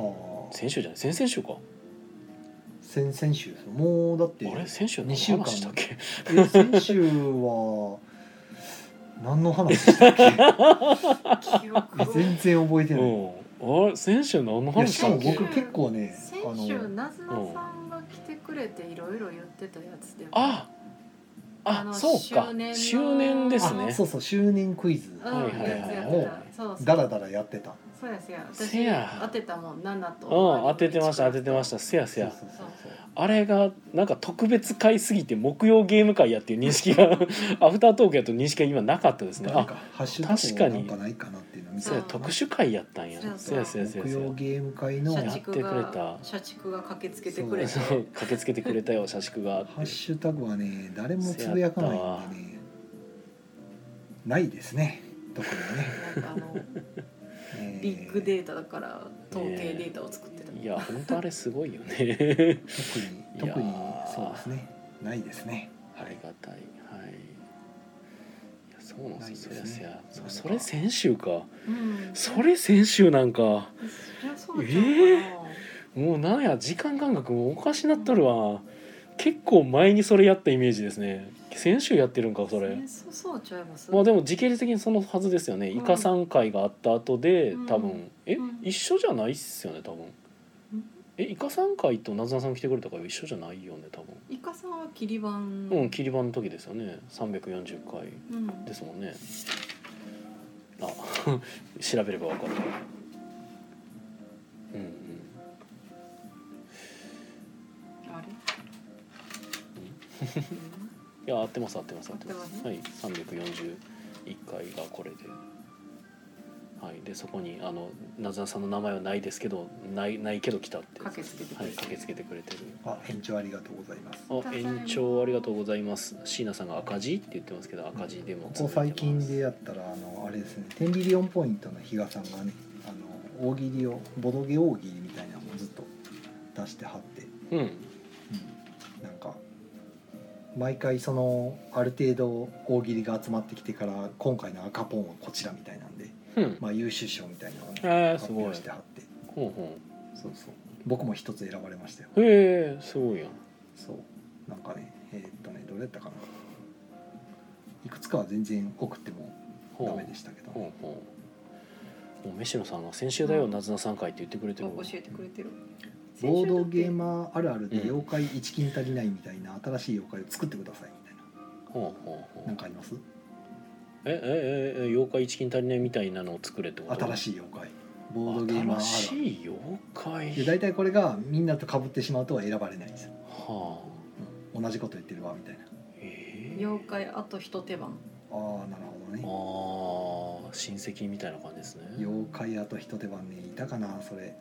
あ
先週じゃない先々週か
先々週ですもうだって
あれ先週何
二週間
話したっけ
え先週は何の話したっ
(laughs)
け
記憶を
全然覚えて
う
ない、い
んあれ先週何の
や
話し
したか
っ
も
け
僕結構ねあ
先週
の
なずなさんが来てくれていろいろ言ってたやつでも
ああ
あの
そうか
周年の
周年です
あ
ね
そうそう就任クイズ
うん
はいはい
やつやっ
はい
て
はい
たそうそう
だらだらやってた
そうやすや
せ
私
や
当てたもん7と
うん当ててました当ててましたたせやせや
そうそうそうそう
あれがなんか特別会すぎて木曜ゲーム会やっていう認識
(laughs)
がアフタートークやと認識が今なかったですね
なん
あ
かハッシュタ
確
グ
かに
なんかないかなっていうのを見
そうや
ん
特殊会やったんや
そう
そうやそうやそう
木
やそう
曜
や
ゲーム会の
社
やっ
ハ
畜
てくれた
が社畜が駆けつけてくれて
そう駆けつけてくれたよ社畜が
ッシュタグはね誰もつぶやかないんでねないですね特にね、
なんかあの
えー
ビッグデータだから統計データを作ってた、
いや本当あれすごいよね
(laughs) 特
い
に
やー
特にそうですねないですね
ありがたいはいいやそうなんですよそりゃ
ないです
せ
ね
や
なん
そ
か
それ先週か
うん
それ先週なんか
そりゃそうちゃうかな、
えもうなんや時間感覚もおかしなっとるわ結構前にそれやったイメージですね先週やってるんかそれ
えそうそうちゃいます
まあでも時系列的にそのはずですよね
うん
イカさん会があった後で
うん
多分え
うん
一緒じゃないっすよね多分
うん
えイカさん会となずなさん来てくれた会は一緒じゃないよね多分
イカさんは切り板うん
うん切り板の時ですよね340回
うん
ですもんねあ (laughs) 調べれば分かるうんうん
あれ
いや合ってます合ってます合ってま
合ってます
す。
ね
はい、三百四十一回がこれで。はい、でそこにあのなずなさんの名前はないですけどないないけど来たって。
(laughs) 駆けつけてく
は
れ
い
て、
駆けつけてくれてる。
あ延長ありがとうございます
あ
りがとうございます
延長ありがとうございます。椎名さんが赤字って言ってますけど赤字でも
こ
続い
こ
てます
最近でやったらあのあれですねテンビリオンポイントの比嘉さんがねあの大喜利をボドゲ大喜利みたいなのをずっと出してはって、
うん
うん、なんか毎回そのある程度大喜利が集まってきてから今回の赤ポンはこちらみたいなんで、
うん。
まあ、優秀賞みたいなのを、ね、
えー、す
発
ごい
表。してはって
ほうほ
そうそう僕も一つ選ばれましたよ
う。へえすごいやん。
そうなんかねえーっとねどれやったかないくつかは全然送っても
ほう
ダメでしたけど、
ほうほう。もう飯野さんが先週だよなずなさん会って言ってくれてるわ。
教えてくれてる
ボードゲーマーあるあるで
うん
妖怪一金足りないみたいな新しい妖怪を作ってくださいみたい
ほうほうほ
ななん
う。
かあります
ええええ妖怪一金足りないみたいなのを作れってこと。
新しい妖怪ボードゲーマー
新
あるあ
しい妖怪
るで大体これがみんなと被ってしまうとは選ばれないんですよ、
は
うん同じこと言ってるわみたいな
あ、ええ
妖怪あと一手番
ああなるほど
あ
ね
あ親戚みたいな感じですね
妖怪あと一手番ねいたかなそれ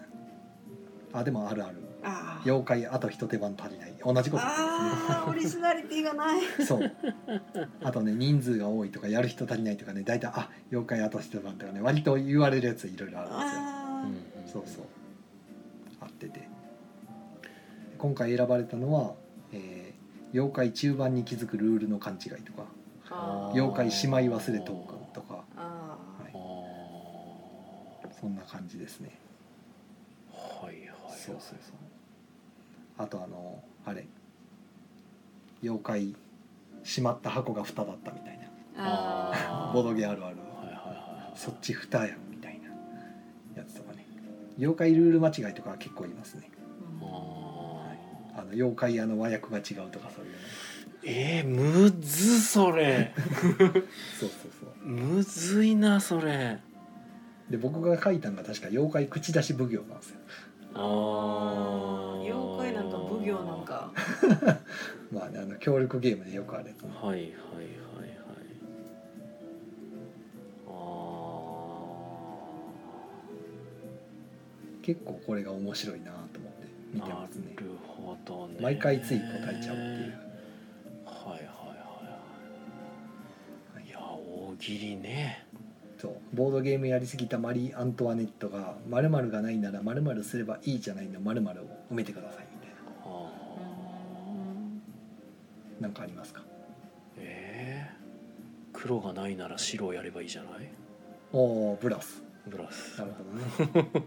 あでもあるある
あ
妖怪あと一手番足りない同じこと言ってますね
あーオリジナリティが (laughs) ない
そう。あとね人数が多いとかやる人足りないとかね大体あ妖怪あと一晩とかね割と言われるやついろいろあるんで
あー
すよ。そうそう。合ってて。今回選ばれたのは、えー妖怪中盤に気づくルールの勘違いとか
あー
妖怪しまい忘れトークとか
あ
あ
そんな感じですね。
あはいはいはい
そうそうそう。あとあのあれ妖怪しまった箱が蓋だったみたい
ーあ
あ
なボドゲあるある。
はいはいはい
そっち蓋やんみたいなやつとかね妖怪ルール間違いとかは結構いますね
あ
ー
ー
あの妖怪あの和訳が違うとかそういうの
えー、むずそ
(laughs)
れ
そうそうそう
むずいなそれ
で僕が書いたのが確か妖怪口出し奉行なんですよ
ああ
妖怪なんか奉行なんか
まあねあの協力ゲームでよくあるやつね
はいはいはいはいあ
結構これが面白いなと思って見て
な
ますね
るほどね
毎回つい答えちゃうっていう
はいはいはいはいいや大喜利ね
そうボードゲームやりすぎたマリー・アントワネットが「〇〇がないなら〇〇すればいいじゃないの〇〇を埋めてください」みたい
あ
な
ー
なんかありますか
えー黒がないなら白をやればいいじゃない
おおブラス
ブラス
なるほどね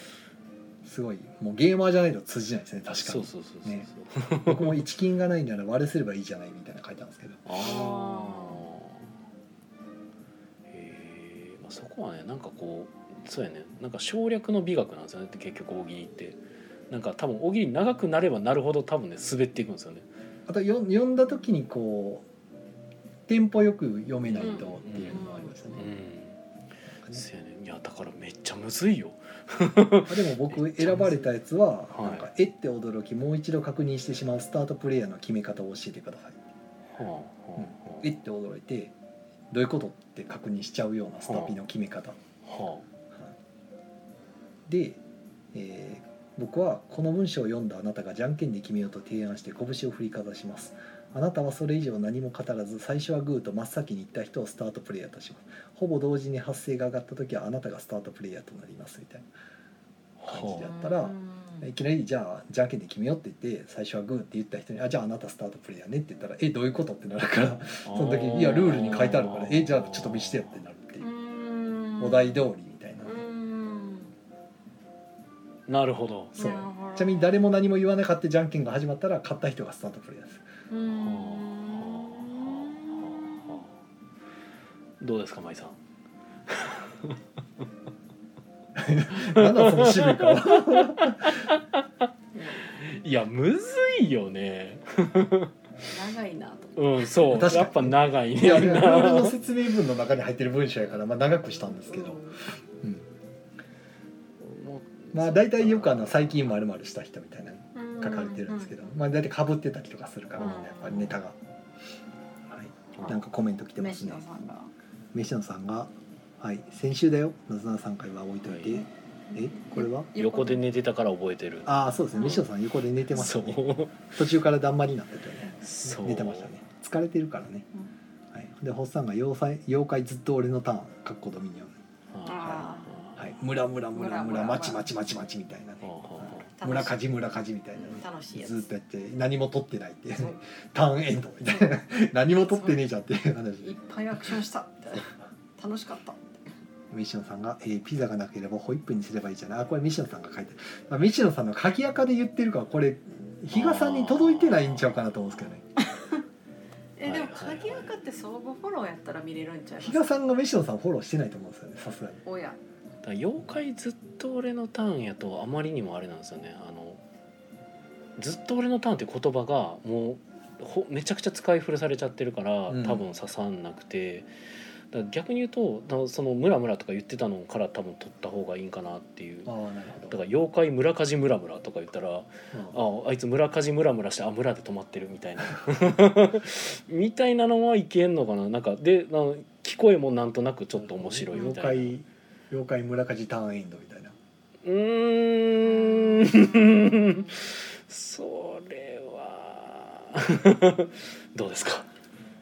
(laughs)
すごいもうゲーマーじゃないと通じないですね確か
そう
に
そうそうそうそう、
ね僕も「一金がないなら割れすればいいじゃない」みたいな書いたんですけど
ああえーまあ、そこはねなんかこうそうやねなんか省略の美学なんですよね結局大喜利ってなんか多分大喜利長くなればなるほど多分ね滑っていくんですよね
あとよ読んだ時にこうテンポよく読めないとっていうのもありましたね
う、ん
なんかね
そうやねいやだからめっちゃむずいよ
あでも僕選ばれたやつは「
はい
なんかえっ?」て驚きもう一度確認してしまうスタートプレイヤーの決め方を教えてください
はあは
「えっ?」て驚いてどういうことって確認しちゃうようなスタピの決め方、
あはあは
はいで、えー僕はこの文章を読んだあなたがじゃんけんで決めようと提案して拳を振りかざしますあなたはそれ以上何も語らず最初はグーと真っ先に行った人をスタートプレイヤーとしますほぼ同時に発声が上がった時はあなたがスタートプレイヤーとなりますみたい
あ
感じで
は
やったらないきなりじゃあじゃんけんで決めようって言って最初はグーって言った人にあじゃああなたスタートプレイヤーねって言ったらえどういうことってなるから
あ
その時いやルールに書いてあるからえじゃあちょっと見してよってなるっていうお題通りみたいな
なるほど
そう
なるほど
ちなみに誰も何も言わなかったじゃんけんが始まったら勝った人がスタートプレイヤーです
はあはあはあどうですか舞さん
なんだその渋い顔
いやむずいよね
長いなと思
うんそう
確かに
やっぱ長い
いや
ね
ルールの説明文の中に入ってる文章やから、まあ、長くしたんですけど、うん、 (laughs) まあ大体よくあの最近まるした人みたいなの書かれてるんですけど、まあ、大体かぶってたりとかするから、ね、やっぱりネタが、はい、なんかコメント来てますね
さんが
飯野さんが「はい先週だよなずなさん会は置いといて、
はい
えこれは
横で寝てたから覚えてる
ああそうですね飯野さん横で寝てまし
そ
た
う
ね途中からだんまりになってたよね
そう
寝てましたね疲れてるからね、はい、でホッサンが妖怪「妖怪ずっと俺のターン」かっこドミニオン
は
あ
い
はい「村村村村
村村
まちまちまちまち」みたいなね
はあはあは
はい村かじ村かじみたいなね
うん楽しいやつ
ずっとやって何も取ってないっていう
そう
ねターンエンドみたいな何も取ってねえじゃんっていう話
い
で
っぱいアクションしたって楽しか
(laughs)
った
西野さんが、えーピザがなければホイップにすればいいじゃない」あこれ西野さんが書いてるあ西野さんの鍵垢で言ってるからこれ比嘉さんに届いてないんちゃうかなと思うんですけどね
えでも鍵垢って相互フォローやったら見れるんちゃい
比
ま
嘉
す
さんが西野さんをフォローしてないと思うんですよねさすがに
おや
だから妖怪ずっと俺のターンやとあまりにもあれなんですよねあのずっと俺のターンって言葉がもうほめちゃくちゃ使い古されちゃってるから、
うん
多分刺さんなくてだから逆に言うとだからそのムラムラとか言ってたのから多分取った方がいいんかなっていう
あ
だ
あなるほ
から妖怪村かじムラムラとか言ったらああいつ村かじムラムラしてあ村で止まってるみ
(laughs)
たいなみたいなのはいけんのかななんかであの聞こえもなんとなくちょっと面白いみ
妖
たいな。
怪妖怪村かじターンエンドみたいな
うーんそれはどうですか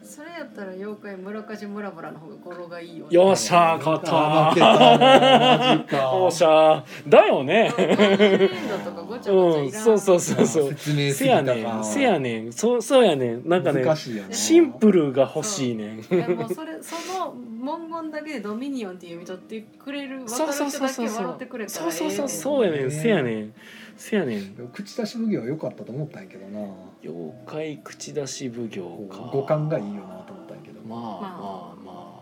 それやったら妖怪村かじ村村の方が語呂
(laughs)
がいいよね
よっしゃー勝った
あ負けたマジか
おっしゃーだよね
ターンエンドとかごちゃごちゃ
う
いらん
んそうそうそうそ
あ
う
説明す
せ
ぎた
や
か
ねんせやねんそうそうやねんなんかね
難しいよね
シンプルが欲しいねん
いやもうそれその文言だけでドミニオンって読み取ってくれる分
そう
か
そう
る人
そうそ
だけ
う
笑
そ
ってく
う
れたら
そうそうそう
う
そうやねんせやねんせやねん
口出し奉行は良かったと思ったんやけどな
妖怪口出し奉行か
五感がいいよなと思ったんやけど
まあ
まあ
まあまあ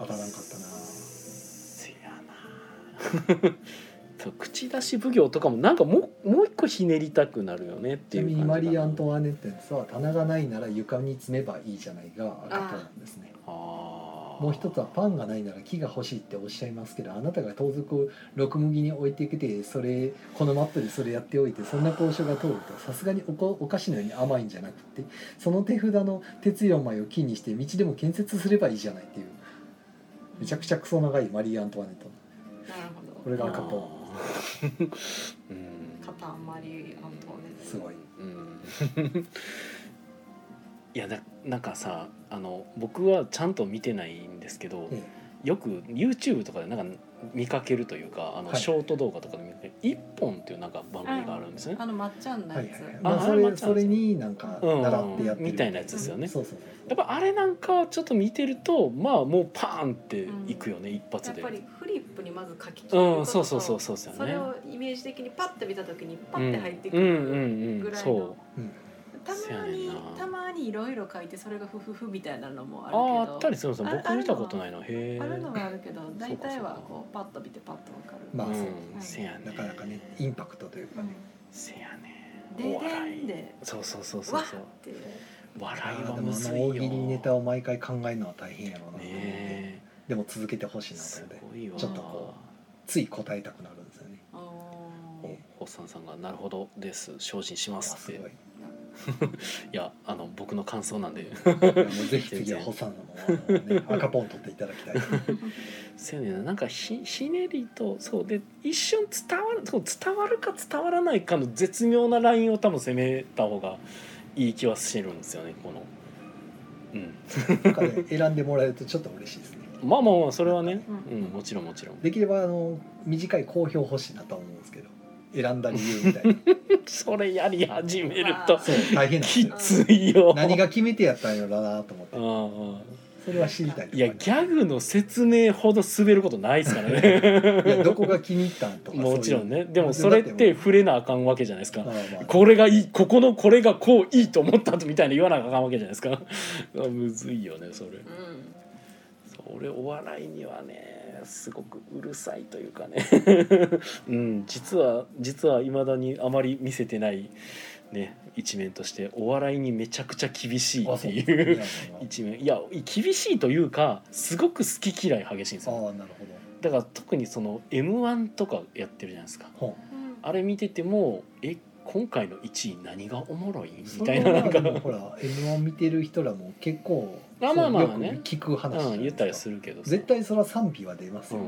当たらんかったな
せやな (laughs) そう口出し奉行とかもなんかもうもう一個ひねりたくなるよねって
ち
い
な
う
み
感
に
じ
マリー・
か
ア
な
ントワネットのやつは棚がないなら床に積めばいいじゃないが赤なんですね
あー
もう一つはパンがないなら木が欲しいっておっしゃいますけどあなたが盗賊を六麦に置いてきてそれこのマップでそれやっておいてそんな交渉が通るとさすがにおこお菓子のように甘いんじゃなくてその手札の鉄4枚を木にして道でも建設すればいいじゃないっていうめちゃくちゃクソ長いマリー・アントワネット
なるほ
こ
ど
れが赤ポ
あうん
肩あんまり安藤です
すごい。
うんいやななんかさあの僕はちゃんと見てないんですけど
え
よく YouTube とかでなんか見かけるというかあの
はい
ショート動画とかで見かける「一本」っていうなんか番組があるんですね。
あのまっちゃん
え
の
はい
や
は
つ、
いはい。
あ
まあ
あ
そ
れま
れ
っちゃん
それになんか習ってやって
うん
る
みたいなやつですよね。
そうそうそうそう。
やっぱあれなんかはちょっと見てるとまあもうパーンっていくよね、一
や
発
っ
で。
ぱりフリップにまず書き切ることと、
うんそうそうそうそうですよね。
それをイメージ的にパッて見た時にパ
うん
ッて入ってく
うんうん
る
う
ぐ
ん
らいの、
そう
うん。
たま
せ
に
やねんな
たまにいろいろ書いてそれがフフフみたいなのもあるけど
あああったりするんですよ
あ
僕見たことないのへえ
あるのはあるけど大体は
そうか
こうパッと見てパッとわかる、
まあそう
うんせやね
なかなかねインパクトというかね。
せやね
でで
お笑
ん
い
で
そうそうそうそ
わ
う
っ
そう
ていう
笑い
あー
は
でも
む
あ
ずい
の
よ
大喜利ネタを毎回考えるのは大変やろうな、
ね
でも続けてほしい
え
な
す
ので
ごいわ
ちょっと
こつい答えたくなるんですよね
あー
おおっさんさんが「なるほどです精進し
あ
ます」っ
す
て
ごい
いやあの僕の感想なん (laughs) で
いやもうぜひ次はホサンのあのね赤ポン取っていただきたい
せやねんななんかひひねりとそうで一瞬伝わるそう伝わるか伝わらないかの絶妙なラインを多分攻めた方がいい気はしてるんですよねこのうん
なんかね選んでもらえるとちょっと嬉しいですね
まあまあまあそれはね、う
うんん
もちろんもちろん
できればあの短い好評欲しいなと思うんですけど (laughs) 選んだ理由みたい
(laughs)
な
(laughs) それやり始めると
まあ
そう大変なんです
(laughs) き
よ
ついよ
何が決めてやったんやろうなと思っ
う
て
んうん
それは知りたいと
い
か
や
ね
ギャグの説明ほど滑ることないですから (laughs) ね
いやどこが気に入ったんとか
もちろん
ね
ねでもそれって触れなあかんわけじゃないですか
まあまあ
これがいいここのこれがこういいと思ったとみたいな言わなあかんわけじゃないですか (laughs) あむずいよねそれ
うん
それお笑いにはねすごくうるさいというかね (laughs) うん実は実はいまだにあまり見せてないね一面としてお笑いにめちゃくちゃ厳しい
あ
って
そう
い
です
う
ねあ
(laughs)
の
一面いや厳しいというかすごく好き嫌い激しいんですよ
ああなるほど
だから特にその m 1とかやってるじゃないですか
ほ
うん
あれ見ててもえ今回の1位何がおもろいみ
う
たいななんか、
それはでもほら m 1見てる人らも結構
あまあまあ
そう
ね
よく聞く話じゃ
う
ないですか
ん、言ったりするけどさ
絶対それは賛否は出ます
う
よ、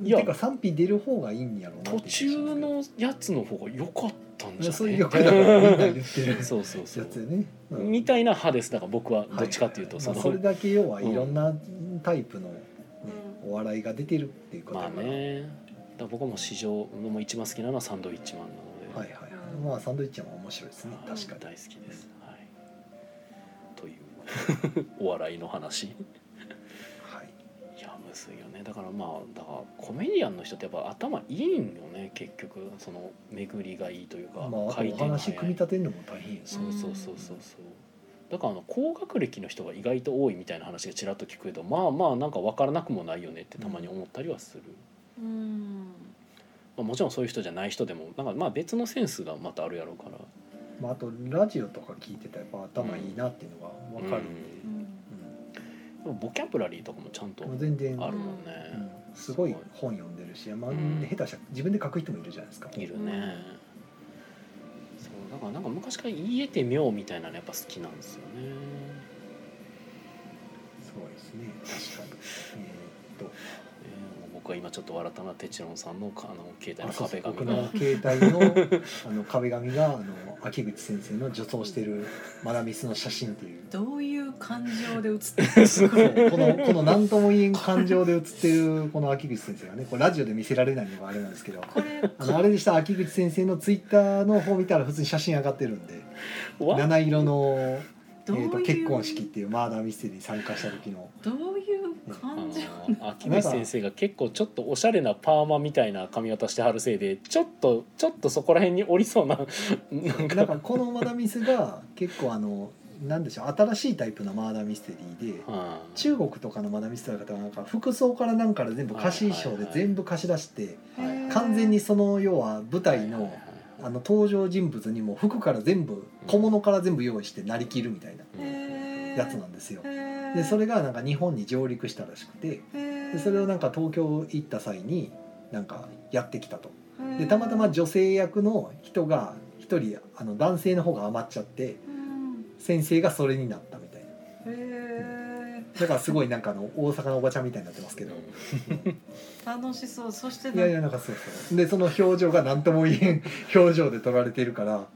ん、い
い
や
やてか賛否出る方がいいんやろうなっ
途
て気がします
中のやつの方が良かったんじゃない
そういう欲だからみんな言ってるや
(laughs)
つ
そうそうそう
よね、うん
みたいな派ですだから僕はどっちかっていうと
はは
そ
ま
の
あ、それだけ要はいろんなタイプの、ね
う
お笑いが出てるっていうこと
まあ
だから、
ねだから僕はもう史上もう一番好きなのはサンドウィッチマンなので、
はいはいはいまあサンドイッチも面白いですね
はい
確か
大好きです、はい、という (laughs) お笑いの話い
に
やむずいよねだからまあだからコメディアンの人ってやっぱ頭いいんよね結局その巡りがいいというか、
はいまああとお話組み立てるのも大変やし
そうそうそうそうそうだからあの高学歴の人が意外と多いみたいな話がちらっと聞くけどまあまあなんか分からなくもないよねってたまに思ったりはする、
うん
まあ、もちろんそういう人じゃない人でもなんかまあ別のセンスがまたあるやろうから
まあ、あとラジオとか聞いてたらやっぱ頭いいなっていうのが分かる、
う
うんんボキャブラリーとかもちゃんと
うん全然
あるもんね、
うんすごい本読んでるし、まあ、下手したら自分で書く人もいるじゃないですか
いるね、そうだからなんか昔から言えて妙みたいなのやっぱ好きなんですよね
そうですね確かにえーっ
え
と
ーもう僕は今ちょっと笑ったなテチロンさんのかあの携帯
あ
の
そうそ
壁
う僕
紙が
の携帯の (laughs) あの壁紙があの秋口先生の女装してるマダミスの写真っていう。
どういう感情で映ってる
す
(laughs) そうこのこの何とも言えん感情で写ってるこの秋口先生がねこれラジオで見せられないのがあれなんですけど
これ
あのあれでした秋口先生のツイッターの方見たら普通に写真上がってるんで
わ
七色の、え
どういう、
ー、と結婚式っていうマーダーミステリーに参加した時
(laughs)
の
どういう
あ
感
の
情
秋口先生が結構ちょっとおしゃれなパーマみたいな髪型してはるせいでちょっとちょっとそこら辺におりそうななん
なん
か
かこのマダミスが結構あのなんでしょう新しいタイプのマーダーミステリーで
うん
中国とかのマダミステリーの方はなんか服装からなんから全部貸衣装で全部貸し出して
はいはい
完全にその要は舞台
はいは
の
い
あの登場人物にも服から全部小物から全部用意してなりきるみたいな
へー
やつなんですよ。
へー
でそれがなんか日本に上陸したらしくて
へ
で
ー
それをなんか東京行った際になんかやってきたと。
へー
でたまたま女性役の人が一人あの男性の方が余っちゃって
うん
先生がそれになったみたいな。
へー
だからすごいなんかあの (laughs) 大阪のおばちゃんみたいになってますけど
楽しそうそして
いやいやなんかそうそうでその表情が何とも言えん表情で撮られてるから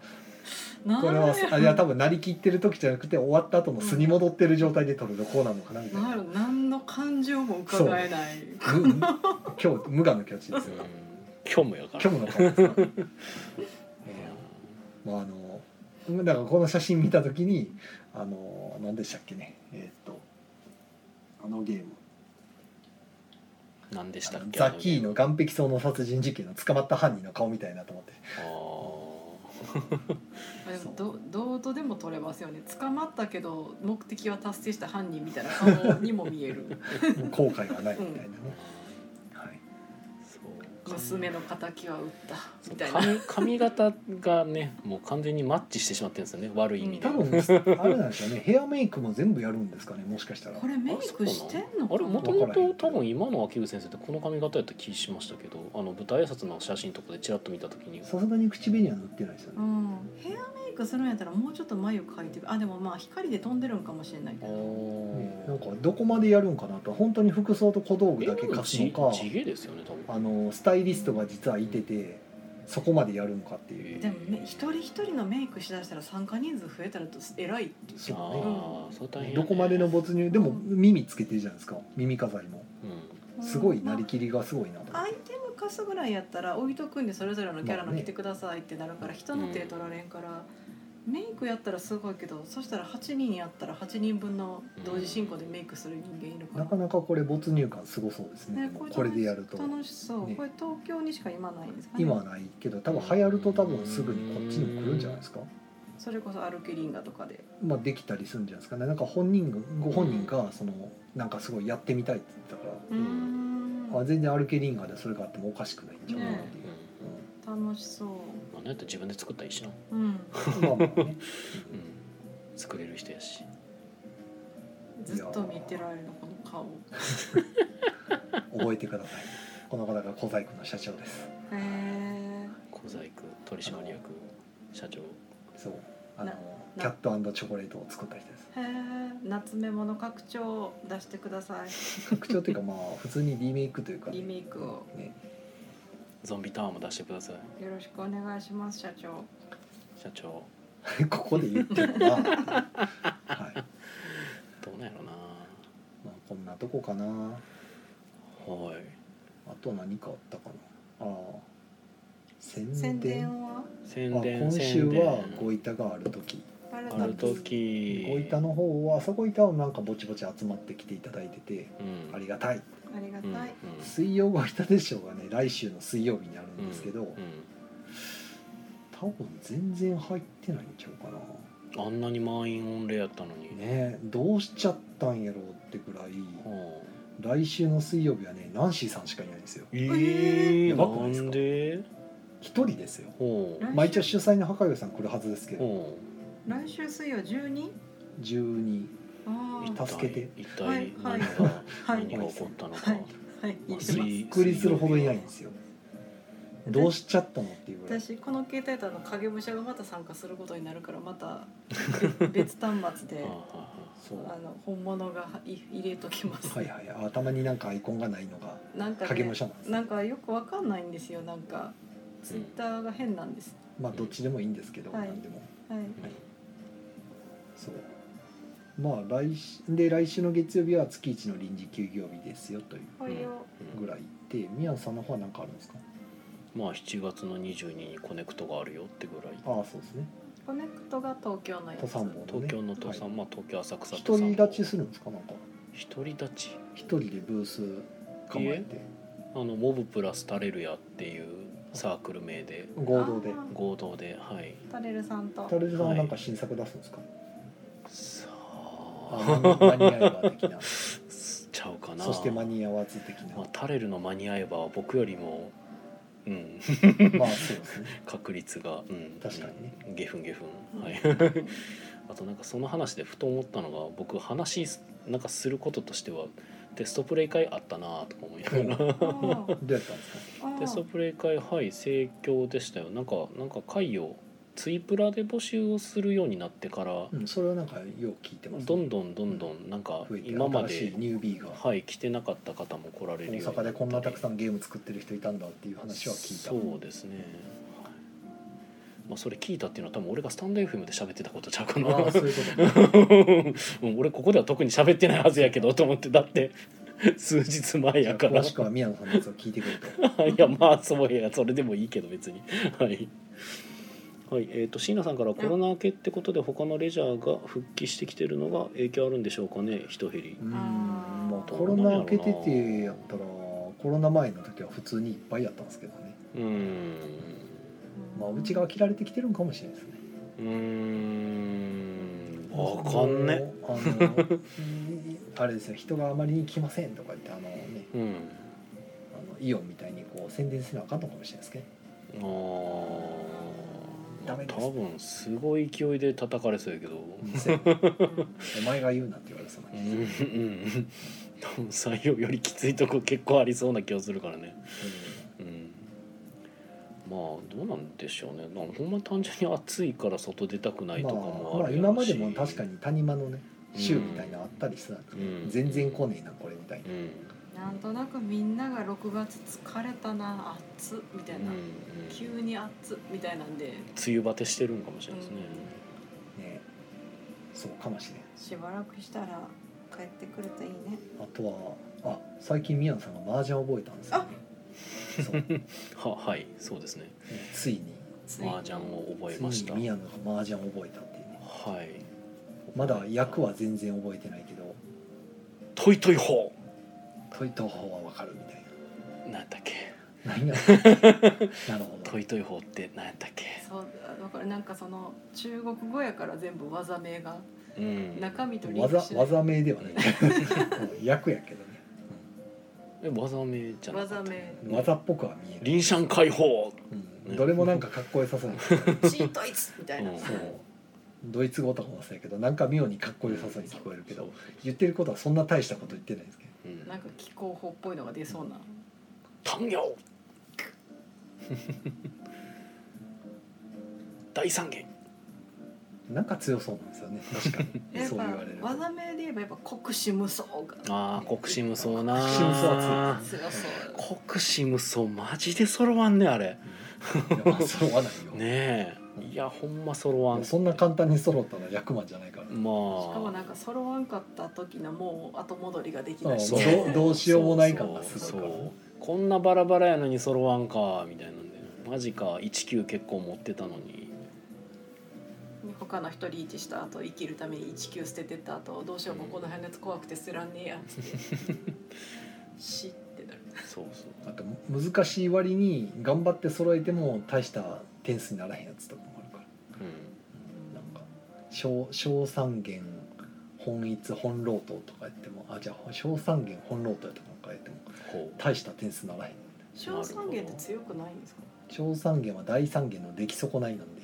なん
これはあいや多分なりきってる時じゃなくて終わった後の素に戻ってる状態で撮るとこうなのかなみたい
な
な
る何の感情も伺えない
無今日無我の境地ですよ
虚無やから
虚無の顔ですか
(laughs)
まああのだからこの写真見た時にあの何でしたっけねえーっとあのゲーム
何でした
あ
っ
の
け
ザキーの岸壁層の殺人事件の捕まった犯人の顔みたいなと思って
(laughs) あの
あでも
そ
どどうとでも取れますよね捕まったけど目的は達成した犯人みたいな顔にも見
(laughs)
える
もう後悔がないみたいなね
ゲーム、
はい
そう
娘の敵は撃ったみたいな
髪髪型がねもう完全にマッチしてしまってるんですよね悪い意味で、
多分あれなんですよねヘアメイクも全部やるんですかねもしかしたら
これメイクしてんの
あ
か
れ
な
もともと多分今の秋口先生ってこの髪型やった気しましたけどあの舞台挨拶の写真とかでちらっと見た時に
さすがに口紅は塗ってないですよ
う
ね
ん、ヘアメイクするんやったらもうちょっと眉描いてあでもまあ光で飛んでるんかもしれないけ
あ
ど
ー
なんかどこまでやるんかなと本当に服装と小道具
え
だけ
でも
貸すの
地
か
地毛ですよね多分
あのスタイリストが実はいててそこまでやるのかっていう
でもめ一人一人のメイクしだしたら参加人数増えたらとえらい
そう
ああそれ大変やね
どこまでの没入でも耳つけてるじゃないですか耳飾りも
う
すごいなり
り
きりがすごいなと
アイテム貸すぐらいやったら置いとくんでそれぞれのキャラの着てくださいってなるから人の手取られんから、メイクやったらすごいけどそしたら8人やったら8人分の同時進行でメイクする人間いるから、
なかなかこれ没入感すごそうですね
ね
でも
これ
これでやると
楽しそう、
ね
これ東京にしか今ないんですかね
今はないけど多分流行ると多分すぐにこっちにも来るんじゃないですか
それこそアルケリンガとかで
まあできたりするんじゃないですかねなんか本人がご本人がそのなんかすごいやってみたいって言ってたか
うーん
らあ全然アルケリンガでそれがあってもおかしくないんじゃ
ん
な
う
い
ん
か
うん
なっていう、
楽しそう
まあなんやったら自分で作ったらいいしな、
うん
うんまあまあね
うん、作れる人やし
ずっと見てられるのこの顔
覚えてくださいこの方が小細工の社長です
へえ
小細工取締役社長
そうあの
な
キャットチョコレートを作った人です
へえ夏メモの拡張出してください
拡張っていうかまあ普通にリメイクというかね
リメイクを
ね (laughs)
ゾンビタワーも出してください
よろしくお願いします社長
社長
ここで言ってる
(laughs)
なはいまあ
どうなんやろな
こんなとこかな
はい
あと何かあったかなああ宣伝
宣伝は
あ
宣伝
今週は
宣伝
ご板がある時
あれ
ある時
ご板の方はそこ板はなんかぼちぼち集まってきていただいてて
うん
ありがたい
ありが
うん
たい、
水曜ご板でしょうがね来週の水曜日にある
うん
んですけど、
うん
多分全然入ってないんちゃうかな
あんなに満員御礼やったのに、
ねえどうしちゃったんやろうってくらい
はあ
来週の水曜日はねナンシーさんしかいないんですよ
え
や
ー、
ばくないです
なん
か
で
一人ですよ
ほう
来
まあ一応主催の墓上さん来るはずですけど
ほ
来週水曜12
12
あ
う
あ
一体
助けて
一
は
体
い
何が、
はい
何が起こったのか、
はいはい
ま
言
あ
ってます
びっくりするほどいないんですよどうしちゃったのっていうぐらい
私この携帯とあの影武者がまた参加することになるからまた
(laughs)
別端末で
はあは
そう
あ
は
の本物がい入れときます、
いはいあ頭になんかアイコンがないのが
なんか、
影
ね
武、者なんです
なんかよくわかんないんですよなんかツイッターが変なんです、
まあどっちでもいいんですけど
はい
何でも
はい
あは
そうまあ来週で来週の月曜日は月一の臨時休業日ですよという
こういう
い
ぐらいで宮野さんの方は何かあるんですか
まあ7月の22にコネクトがあるよってぐらい
ああそうですね
コネクトが東京のや
登
つ
山坊のね
東京の父さん、
はい
まあ東京浅草
一
と
人
三
立ちするんですかなんか
独り立ち
一人でブース構えて
あのモブプラスタレルヤっていうサークル名で
合同で
あー
合同ではい
タレルさんと
タルジさんはなんか新作出すんですか、
さ
あ
あ
間に間に合えば的
(laughs)
な
ちゃうかな
そして間に合わず的な
まあ、タレルの間に合えば僕よりもうん (laughs)
まあそうですね
確率が、うん、
確かにね
うんゲフンゲフンはい (laughs)
うん
あとなんかその話でふと思ったのが僕話なんかすることとしてはテストプレイ会あったなとか思いな (laughs) がら
(laughs)
あ
どうやったんですか
あ
テストプレイ会はい盛況でしたよなんかなんか会をツイプラで募集をするようになってから、
うん、それはなんかよう聞いてます、
どんどんどんどんなんか
増えて
今ま
新し
で
い、ニュービーが
はい、来てなかった方も来られる
大
ようになった
阪
り
でこんなたくさんゲーム作ってる人いたんだっていう話は聞いた
そうですね、はいまあ、それ聞いたっていうのは多分俺がスタンド FM で喋ってたことちゃうかな (laughs)
ああそういうこと
う
か
ん俺ここでは特に喋ってないはずやけどと思ってだって (laughs) 数日前
じゃ
や
あ
からい
詳しくは宮野さんのやつを聞いてく
(laughs)
れと
やまあそういやそれでもいいけど別にはい。はいえー、と椎名さんからコロナ明けってことで他のレジャーが復帰してきてるのが影響あるんでしょうかね人減り
うーん
あー
まあコロナ明けててやったらコロナ前の時は普通にいっぱいやったんですけどね
うーん
まあうちが切られてきてるんかもしれないですね
うーんわかんね
あのあれですよ人があまりに来ませんとか言ってあのね
うん
あのイオンみたいにこう宣伝せなあかんのかもしれないですね
あーま
ダ
あ
メです
多分すごい勢いで叩かれそうやけど
お前が言うなって言われそうな
う
気
ん
が
う
する、うん
ん (laughs) 多分採用よりきついとこ結構ありそうな気がするからねうんまあどうなんでしょうねまあほんまに単純に暑いから外出たくないとかも
まあ、ま
あ
あ
るや
今
ろ
ま
うし
でも確かに谷間のね週みたいなのあったりしたんですけど
うん
全然来ねえなこれみたいな
うんうん
なんとなくみんなが6月疲れたな暑っみたいな、
うん
急に暑っみたいなんで
梅雨バテしてるんかもしれないですね
ねそうかもしれん
しばらくしたら帰ってくるといいね
あとはあ最近宮野さんが麻雀覚えたんですよ、ね、そう、ね
ははいそうですね
ついに
ついに
麻雀を覚えま
つ
し
い
た
に宮野が麻雀覚えたっていうね
はい
まだ役は全然覚えてないけど
トイトイ法
解いた方はわかるみたい
なんだっけ
な何や
(laughs)
なるほど
トイトイ法ってなんだっけ
そうだからなんかその中国語やから全部技名が
うん
中身とリンクして
技
な
技
い
名ではないうん役やけどね
え技名じゃなかった
技名
技っぽくは見える、
臨シャン解放
うんどれもなんかかっこよさそうなそう
チートイツみたいな、
うん
ドイツ語とかもそうやけどなんか妙にかっこよさそうに聞こえるけ
そ
ど
う
言ってることはそんな大したこと言ってないんですけど
うん
なんか気候法っぽいのが出そうな、
単 (laughs) 行大三元
なんか強そうなんですよね確かに
(laughs) やっ
そう
ぱ
言われると
技名で言えばやっぱ国士無双が
ああ国士無双な
国士無双は
強そう
国士無双マジで揃わんねあれ
うんいやまあ揃わないよ、
ねえいやほんま揃わん
そんな簡単に揃ったら役満じゃないから、
まあ
しかもなんか揃わんかった時のもう後戻りができ
あ
ない
そうどうどうしようもない感がすごいから
そうこんなバラバラやのに揃わんかみたいなんでマジか19結構持ってたのに
他の人リーチした後生きるために1級捨ててった後どうしようもこの辺のやつ怖くて捨てらんねえ
(laughs)
やっつって死ってなる
そうそう
あと難しい割に頑張って揃えても大した点数にならへんやつとかもあるから
う
なんか小小三元本一本老頭とか言ってもあじゃあ小三元本老頭やとかなんか言っても
んほう
大した点数ならへん
小三元って強くないんですか
小三元は大三元の出来損ないなんで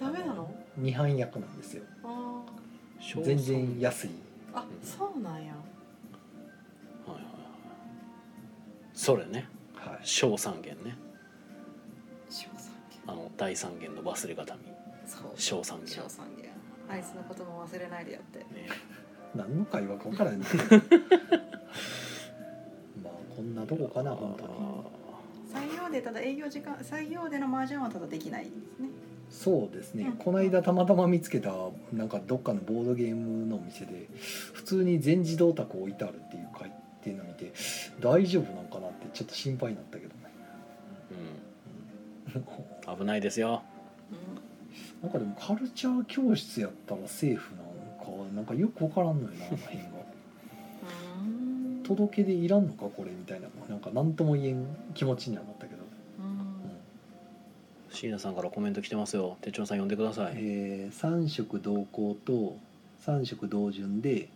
ダメなの
二班役なんですよ
あ
全然安い
ーあそうなん
は
や
いはいはいそれね
はい
小三元ね
小三元
あの大三元の忘れ方見
そう
小三元
小三元あいつのことも忘れないでやって
ね
何の会話か分からへんね
(laughs)
まあこんなとこかな本当に
採用でただ営業時間採用での麻雀はただできないですね
そうですね、
うん
この間たまたま見つけたなんかどっかのボードゲームのお店で普通に全自動卓置いてあるっていう書いてるの見て大丈夫なんかなってちょっと心配になったけどね (laughs)
うん、危ないですよ
う
なんかでもカルチャー教室やったらセーフなのかなんかよく分からんのよなあの辺
(laughs)
が
んうん
届けでいらんのかこれみたいななんか何とも言えん気持ちにはなったけど、
うん
椎名さんからコメント来てますよ手帳さん呼んでください、
えー、3色同行と3色同順で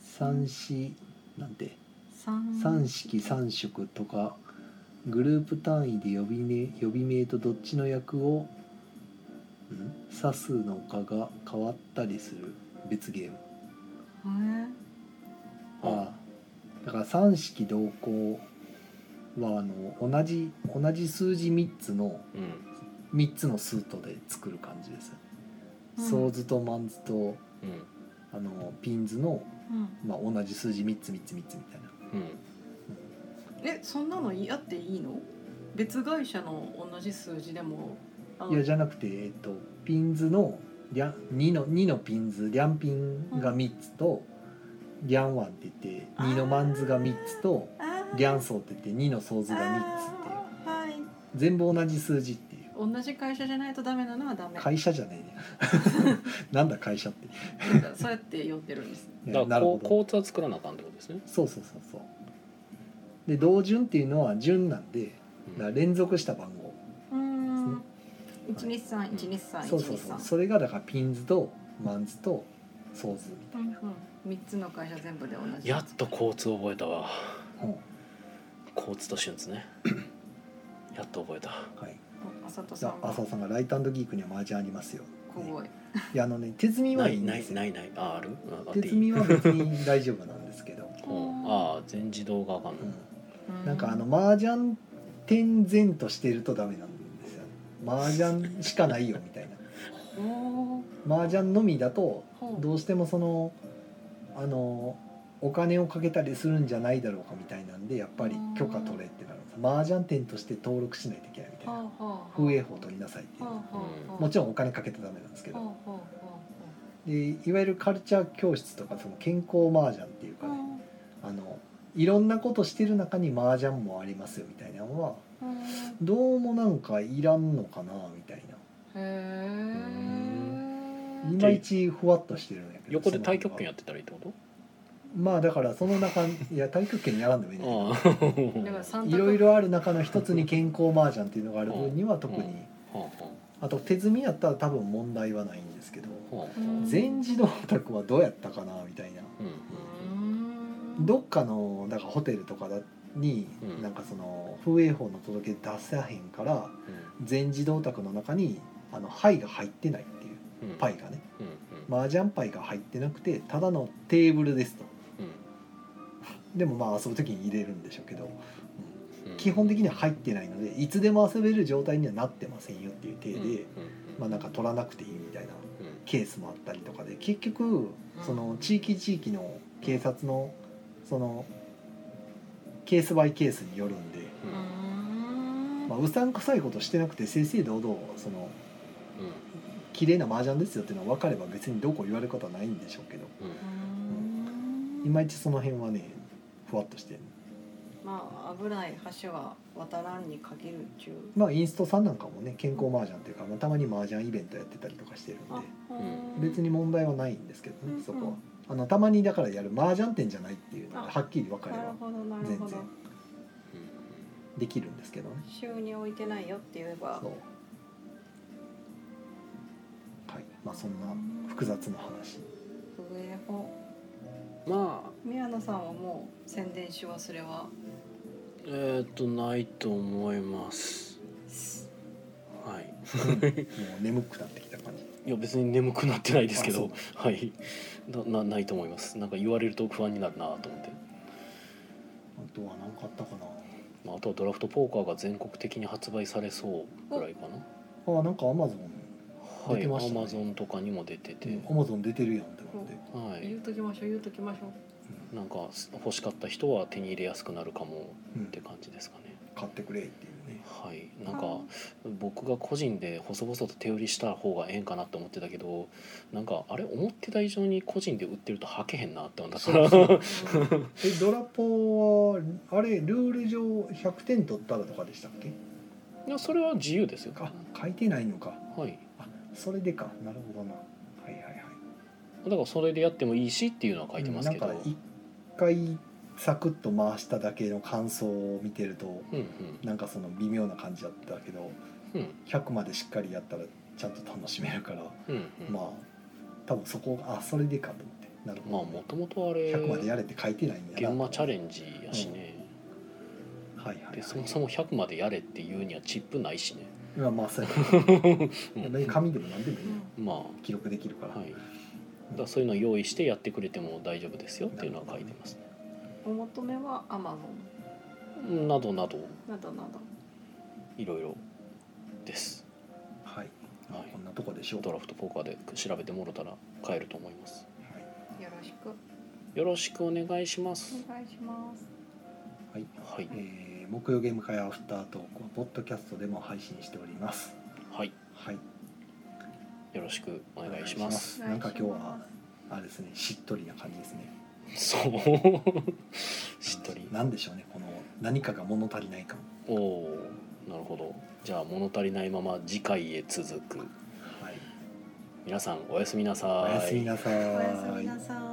三子なんて
三
三式三色とかグループ単位で呼び,、ね、呼び名とどっちの役をん指すのかが変わったりする別ゲーム
ね
ああだから三式同行はあの同じ同じ数字3つの
うん
3つのスートで作る感じです、
うん
ソーズとマンズと
うん
あのピンズの、
うん
まあ、同じ数字3つ3つ3つみたいな
うん
えそんなのやっていいの別会社の同じ数字でもあの
いやじゃなくて、えっと、ピンズのリャン 2, の2のピンズリャンピンが3つと、リャンワンって言って2のマンズが3つと
あー
リャンソーって言って2のソーズが3つっていう
あーはい
全部同じ数字っていう
同じ会社じゃないとダメなのはダメ
会社じゃないね (laughs) なんだ会社って
なんかそうやって呼んでるん
(laughs)
です
ね
だか
な
ら
る
こ
ほ
う
ど
交通は作らなあかんってことですね、
そうそうそうそうで同順っていうのは順なんでだから連続した番号
うーん
ですね
123 123
そうそうそう
123
それがだからピンズとマンズとソーズみ
うんうん三つの会社全部で同じ
やっと交通覚えたわ
たいな、
交通と瞬です
(laughs)
ねやっと覚えた
うんはい、
あさと
じ
さ
ゃ
ん
あ
は
浅尾さんが「ライトギークには麻雀ありますよ」
小
ね
声
いやあのね手積み
な
はいい
い
ん
な
で
い
すよ
ないないああるああっ
手
てい
積
い
みは別に大丈夫なんですけど、
うんああ全自動があかんの、
う、
うん
なんかあの麻雀点々としてるとダメなんですよ麻雀しかないよみたいな
ほ
麻雀のみだと
うほう
どうしてもそのあのお金をかけたりするんじゃないだろうかみたいなんでやっぱり許可取れってなるんです麻雀店として登録しないといけないみたい
ほう
な
ほうほう
風営法取りなさいっていう
ほうほうほう
もちろんお金かけたらダメなんですけ
ほう
ど
ほうほ
でいわゆるカルチャー教室とかその健康麻雀っていう
う
か
ほう
ねあのいろんなことしてる中に麻雀もありますよみたいなのは
ほう
どうもなんかいらんのかなみたいな
へえ
いまいちふわっとしてるんやけど
横で太極拳や
っ
ってたらいいってこ
まあだからその中いや太極拳やらんでもいいんだけど
とあ
だから
あ
三
い
択
ろいろある中の一つに健康麻雀っていうのがある分には特
う
に
んはあは
あと手積みやったら多分問題はないんですけど
あはあ
うん
全自動卓はどうやったかなみたいな
うん
うーん
どっかのだからホテルとかだに
うん
なんかその風営法の届け出せへんから全自動卓の中にあの牌が入ってないっていう
うんうん
パイがね
うんうん
麻雀牌が入ってなくてただのテーブルですと
うん
でもまあ遊ぶ時に入れるんでしょうけど、うん
うん
基本的には入ってないのでいつでも遊べる状態にはなってませんよっていう体で、
うんうん
まあ、なんか取らなくていいみたい
う
な
ん
ケースもあったりとかで結局その地域地域の警察のそのケースバイケースによるんで、
うー
うん
ん
まあ、うさんくさいことしてなくて正々堂々その綺麗な麻雀ですよっていうのは分かれば別にどうこう言われることはないんでしょうけど
うん
うーん
いまいちその辺はねふわっとしてる
まあ危ない橋は渡らんに限るっちゅう
まあインストさんなんかもね健康麻雀っていうか、まあ、たまに麻雀イベントやってたりとかしてるんで
あほー
別に問題はないんですけど
うんう
ね
ん
そこはあのたまにだからやる麻雀店じゃないっていうの
あ
ではっきり分かれ
なる
ば
ほどなるほ
全
ど
然できるんですけどね
週に置いてないよって言えば
そうはいまあそんな複雑な話
上方
うんまあ
宮野さんはもう宣伝し忘れは
えーっとないと思いますはい
もう眠くなってきた感じ
いや別に眠くなってないですけど
あ
はいななないと思いますなんか言われると不安になるなと思って、
あとは何かあったかな
まあ、あとはドラフトポーカーが全国的に発売されそうぐらいかな
ああなんかアマゾン
はい
出て
ア
ましたね
マゾンとかにも出てて、
アマゾン出てるやんって思って
は
言
いう
ときましょう言うときましょう
なんか欲しかった人は手に入れやすくなるかも
うん
って感じですかね
買ってくれっていうね
はいなんか僕が個人で細々と手売りした方がええんかなって思ってたけどなんかあれ思ってた以上に個人で売ってるとはけへんなって思ったから
そう
うん
えドラポはあれルール上100点取ったらとかでしたっ
(laughs)
け
いやそれは自由ですよ
あ書いてないのか
はい
あそれでかなるほどなはいはいはい
だからそれでやってもいいしっていうのは書いてますけど、う
う
ん、
んなんか一回サクッと回しただけの感想を見てると
うん
なんかその微妙な感じだったけど
うん
100までしっかりやったらちゃんと楽しめるから、
うんうん
まあ多分そこがあそれでかと思ってなる
まあ
ほど、
もともとあれ
100までやれって書いてないんだ
現場チャレ
ン
ンジやしね、
はいはい、はい、
でそもそも100までやれっていうにはチップないしね、
まあまあそうや
(laughs) うん
な紙でも何でもいいよ
まあ
記録できるから、
はいだからそういうの用意してやってくれても大丈夫ですよっていうのは書いてますね
お求めはアマゾン
などなど
などなど
いろいろです
んなとこでしょうか、
ド
は
ラフトポーカーで調べてもろたら買えると思います
よろしく
よろしくお願いします
お願いします
いはい
はい
えー木曜ゲーム会アフタートークはポッドキャストでも配信しております
はい
はい
よろしくお
お
願いします
願いしなんか今日はあれですねしっとりな感じですね
そうしっとり
なんでしょうねこの何かが物足りない感
おおーなるほどじゃあ物足りないまま次回へ続く
はい
皆さんおやすみなさ
お
い
やすみなさ
お
ー
やすみなさい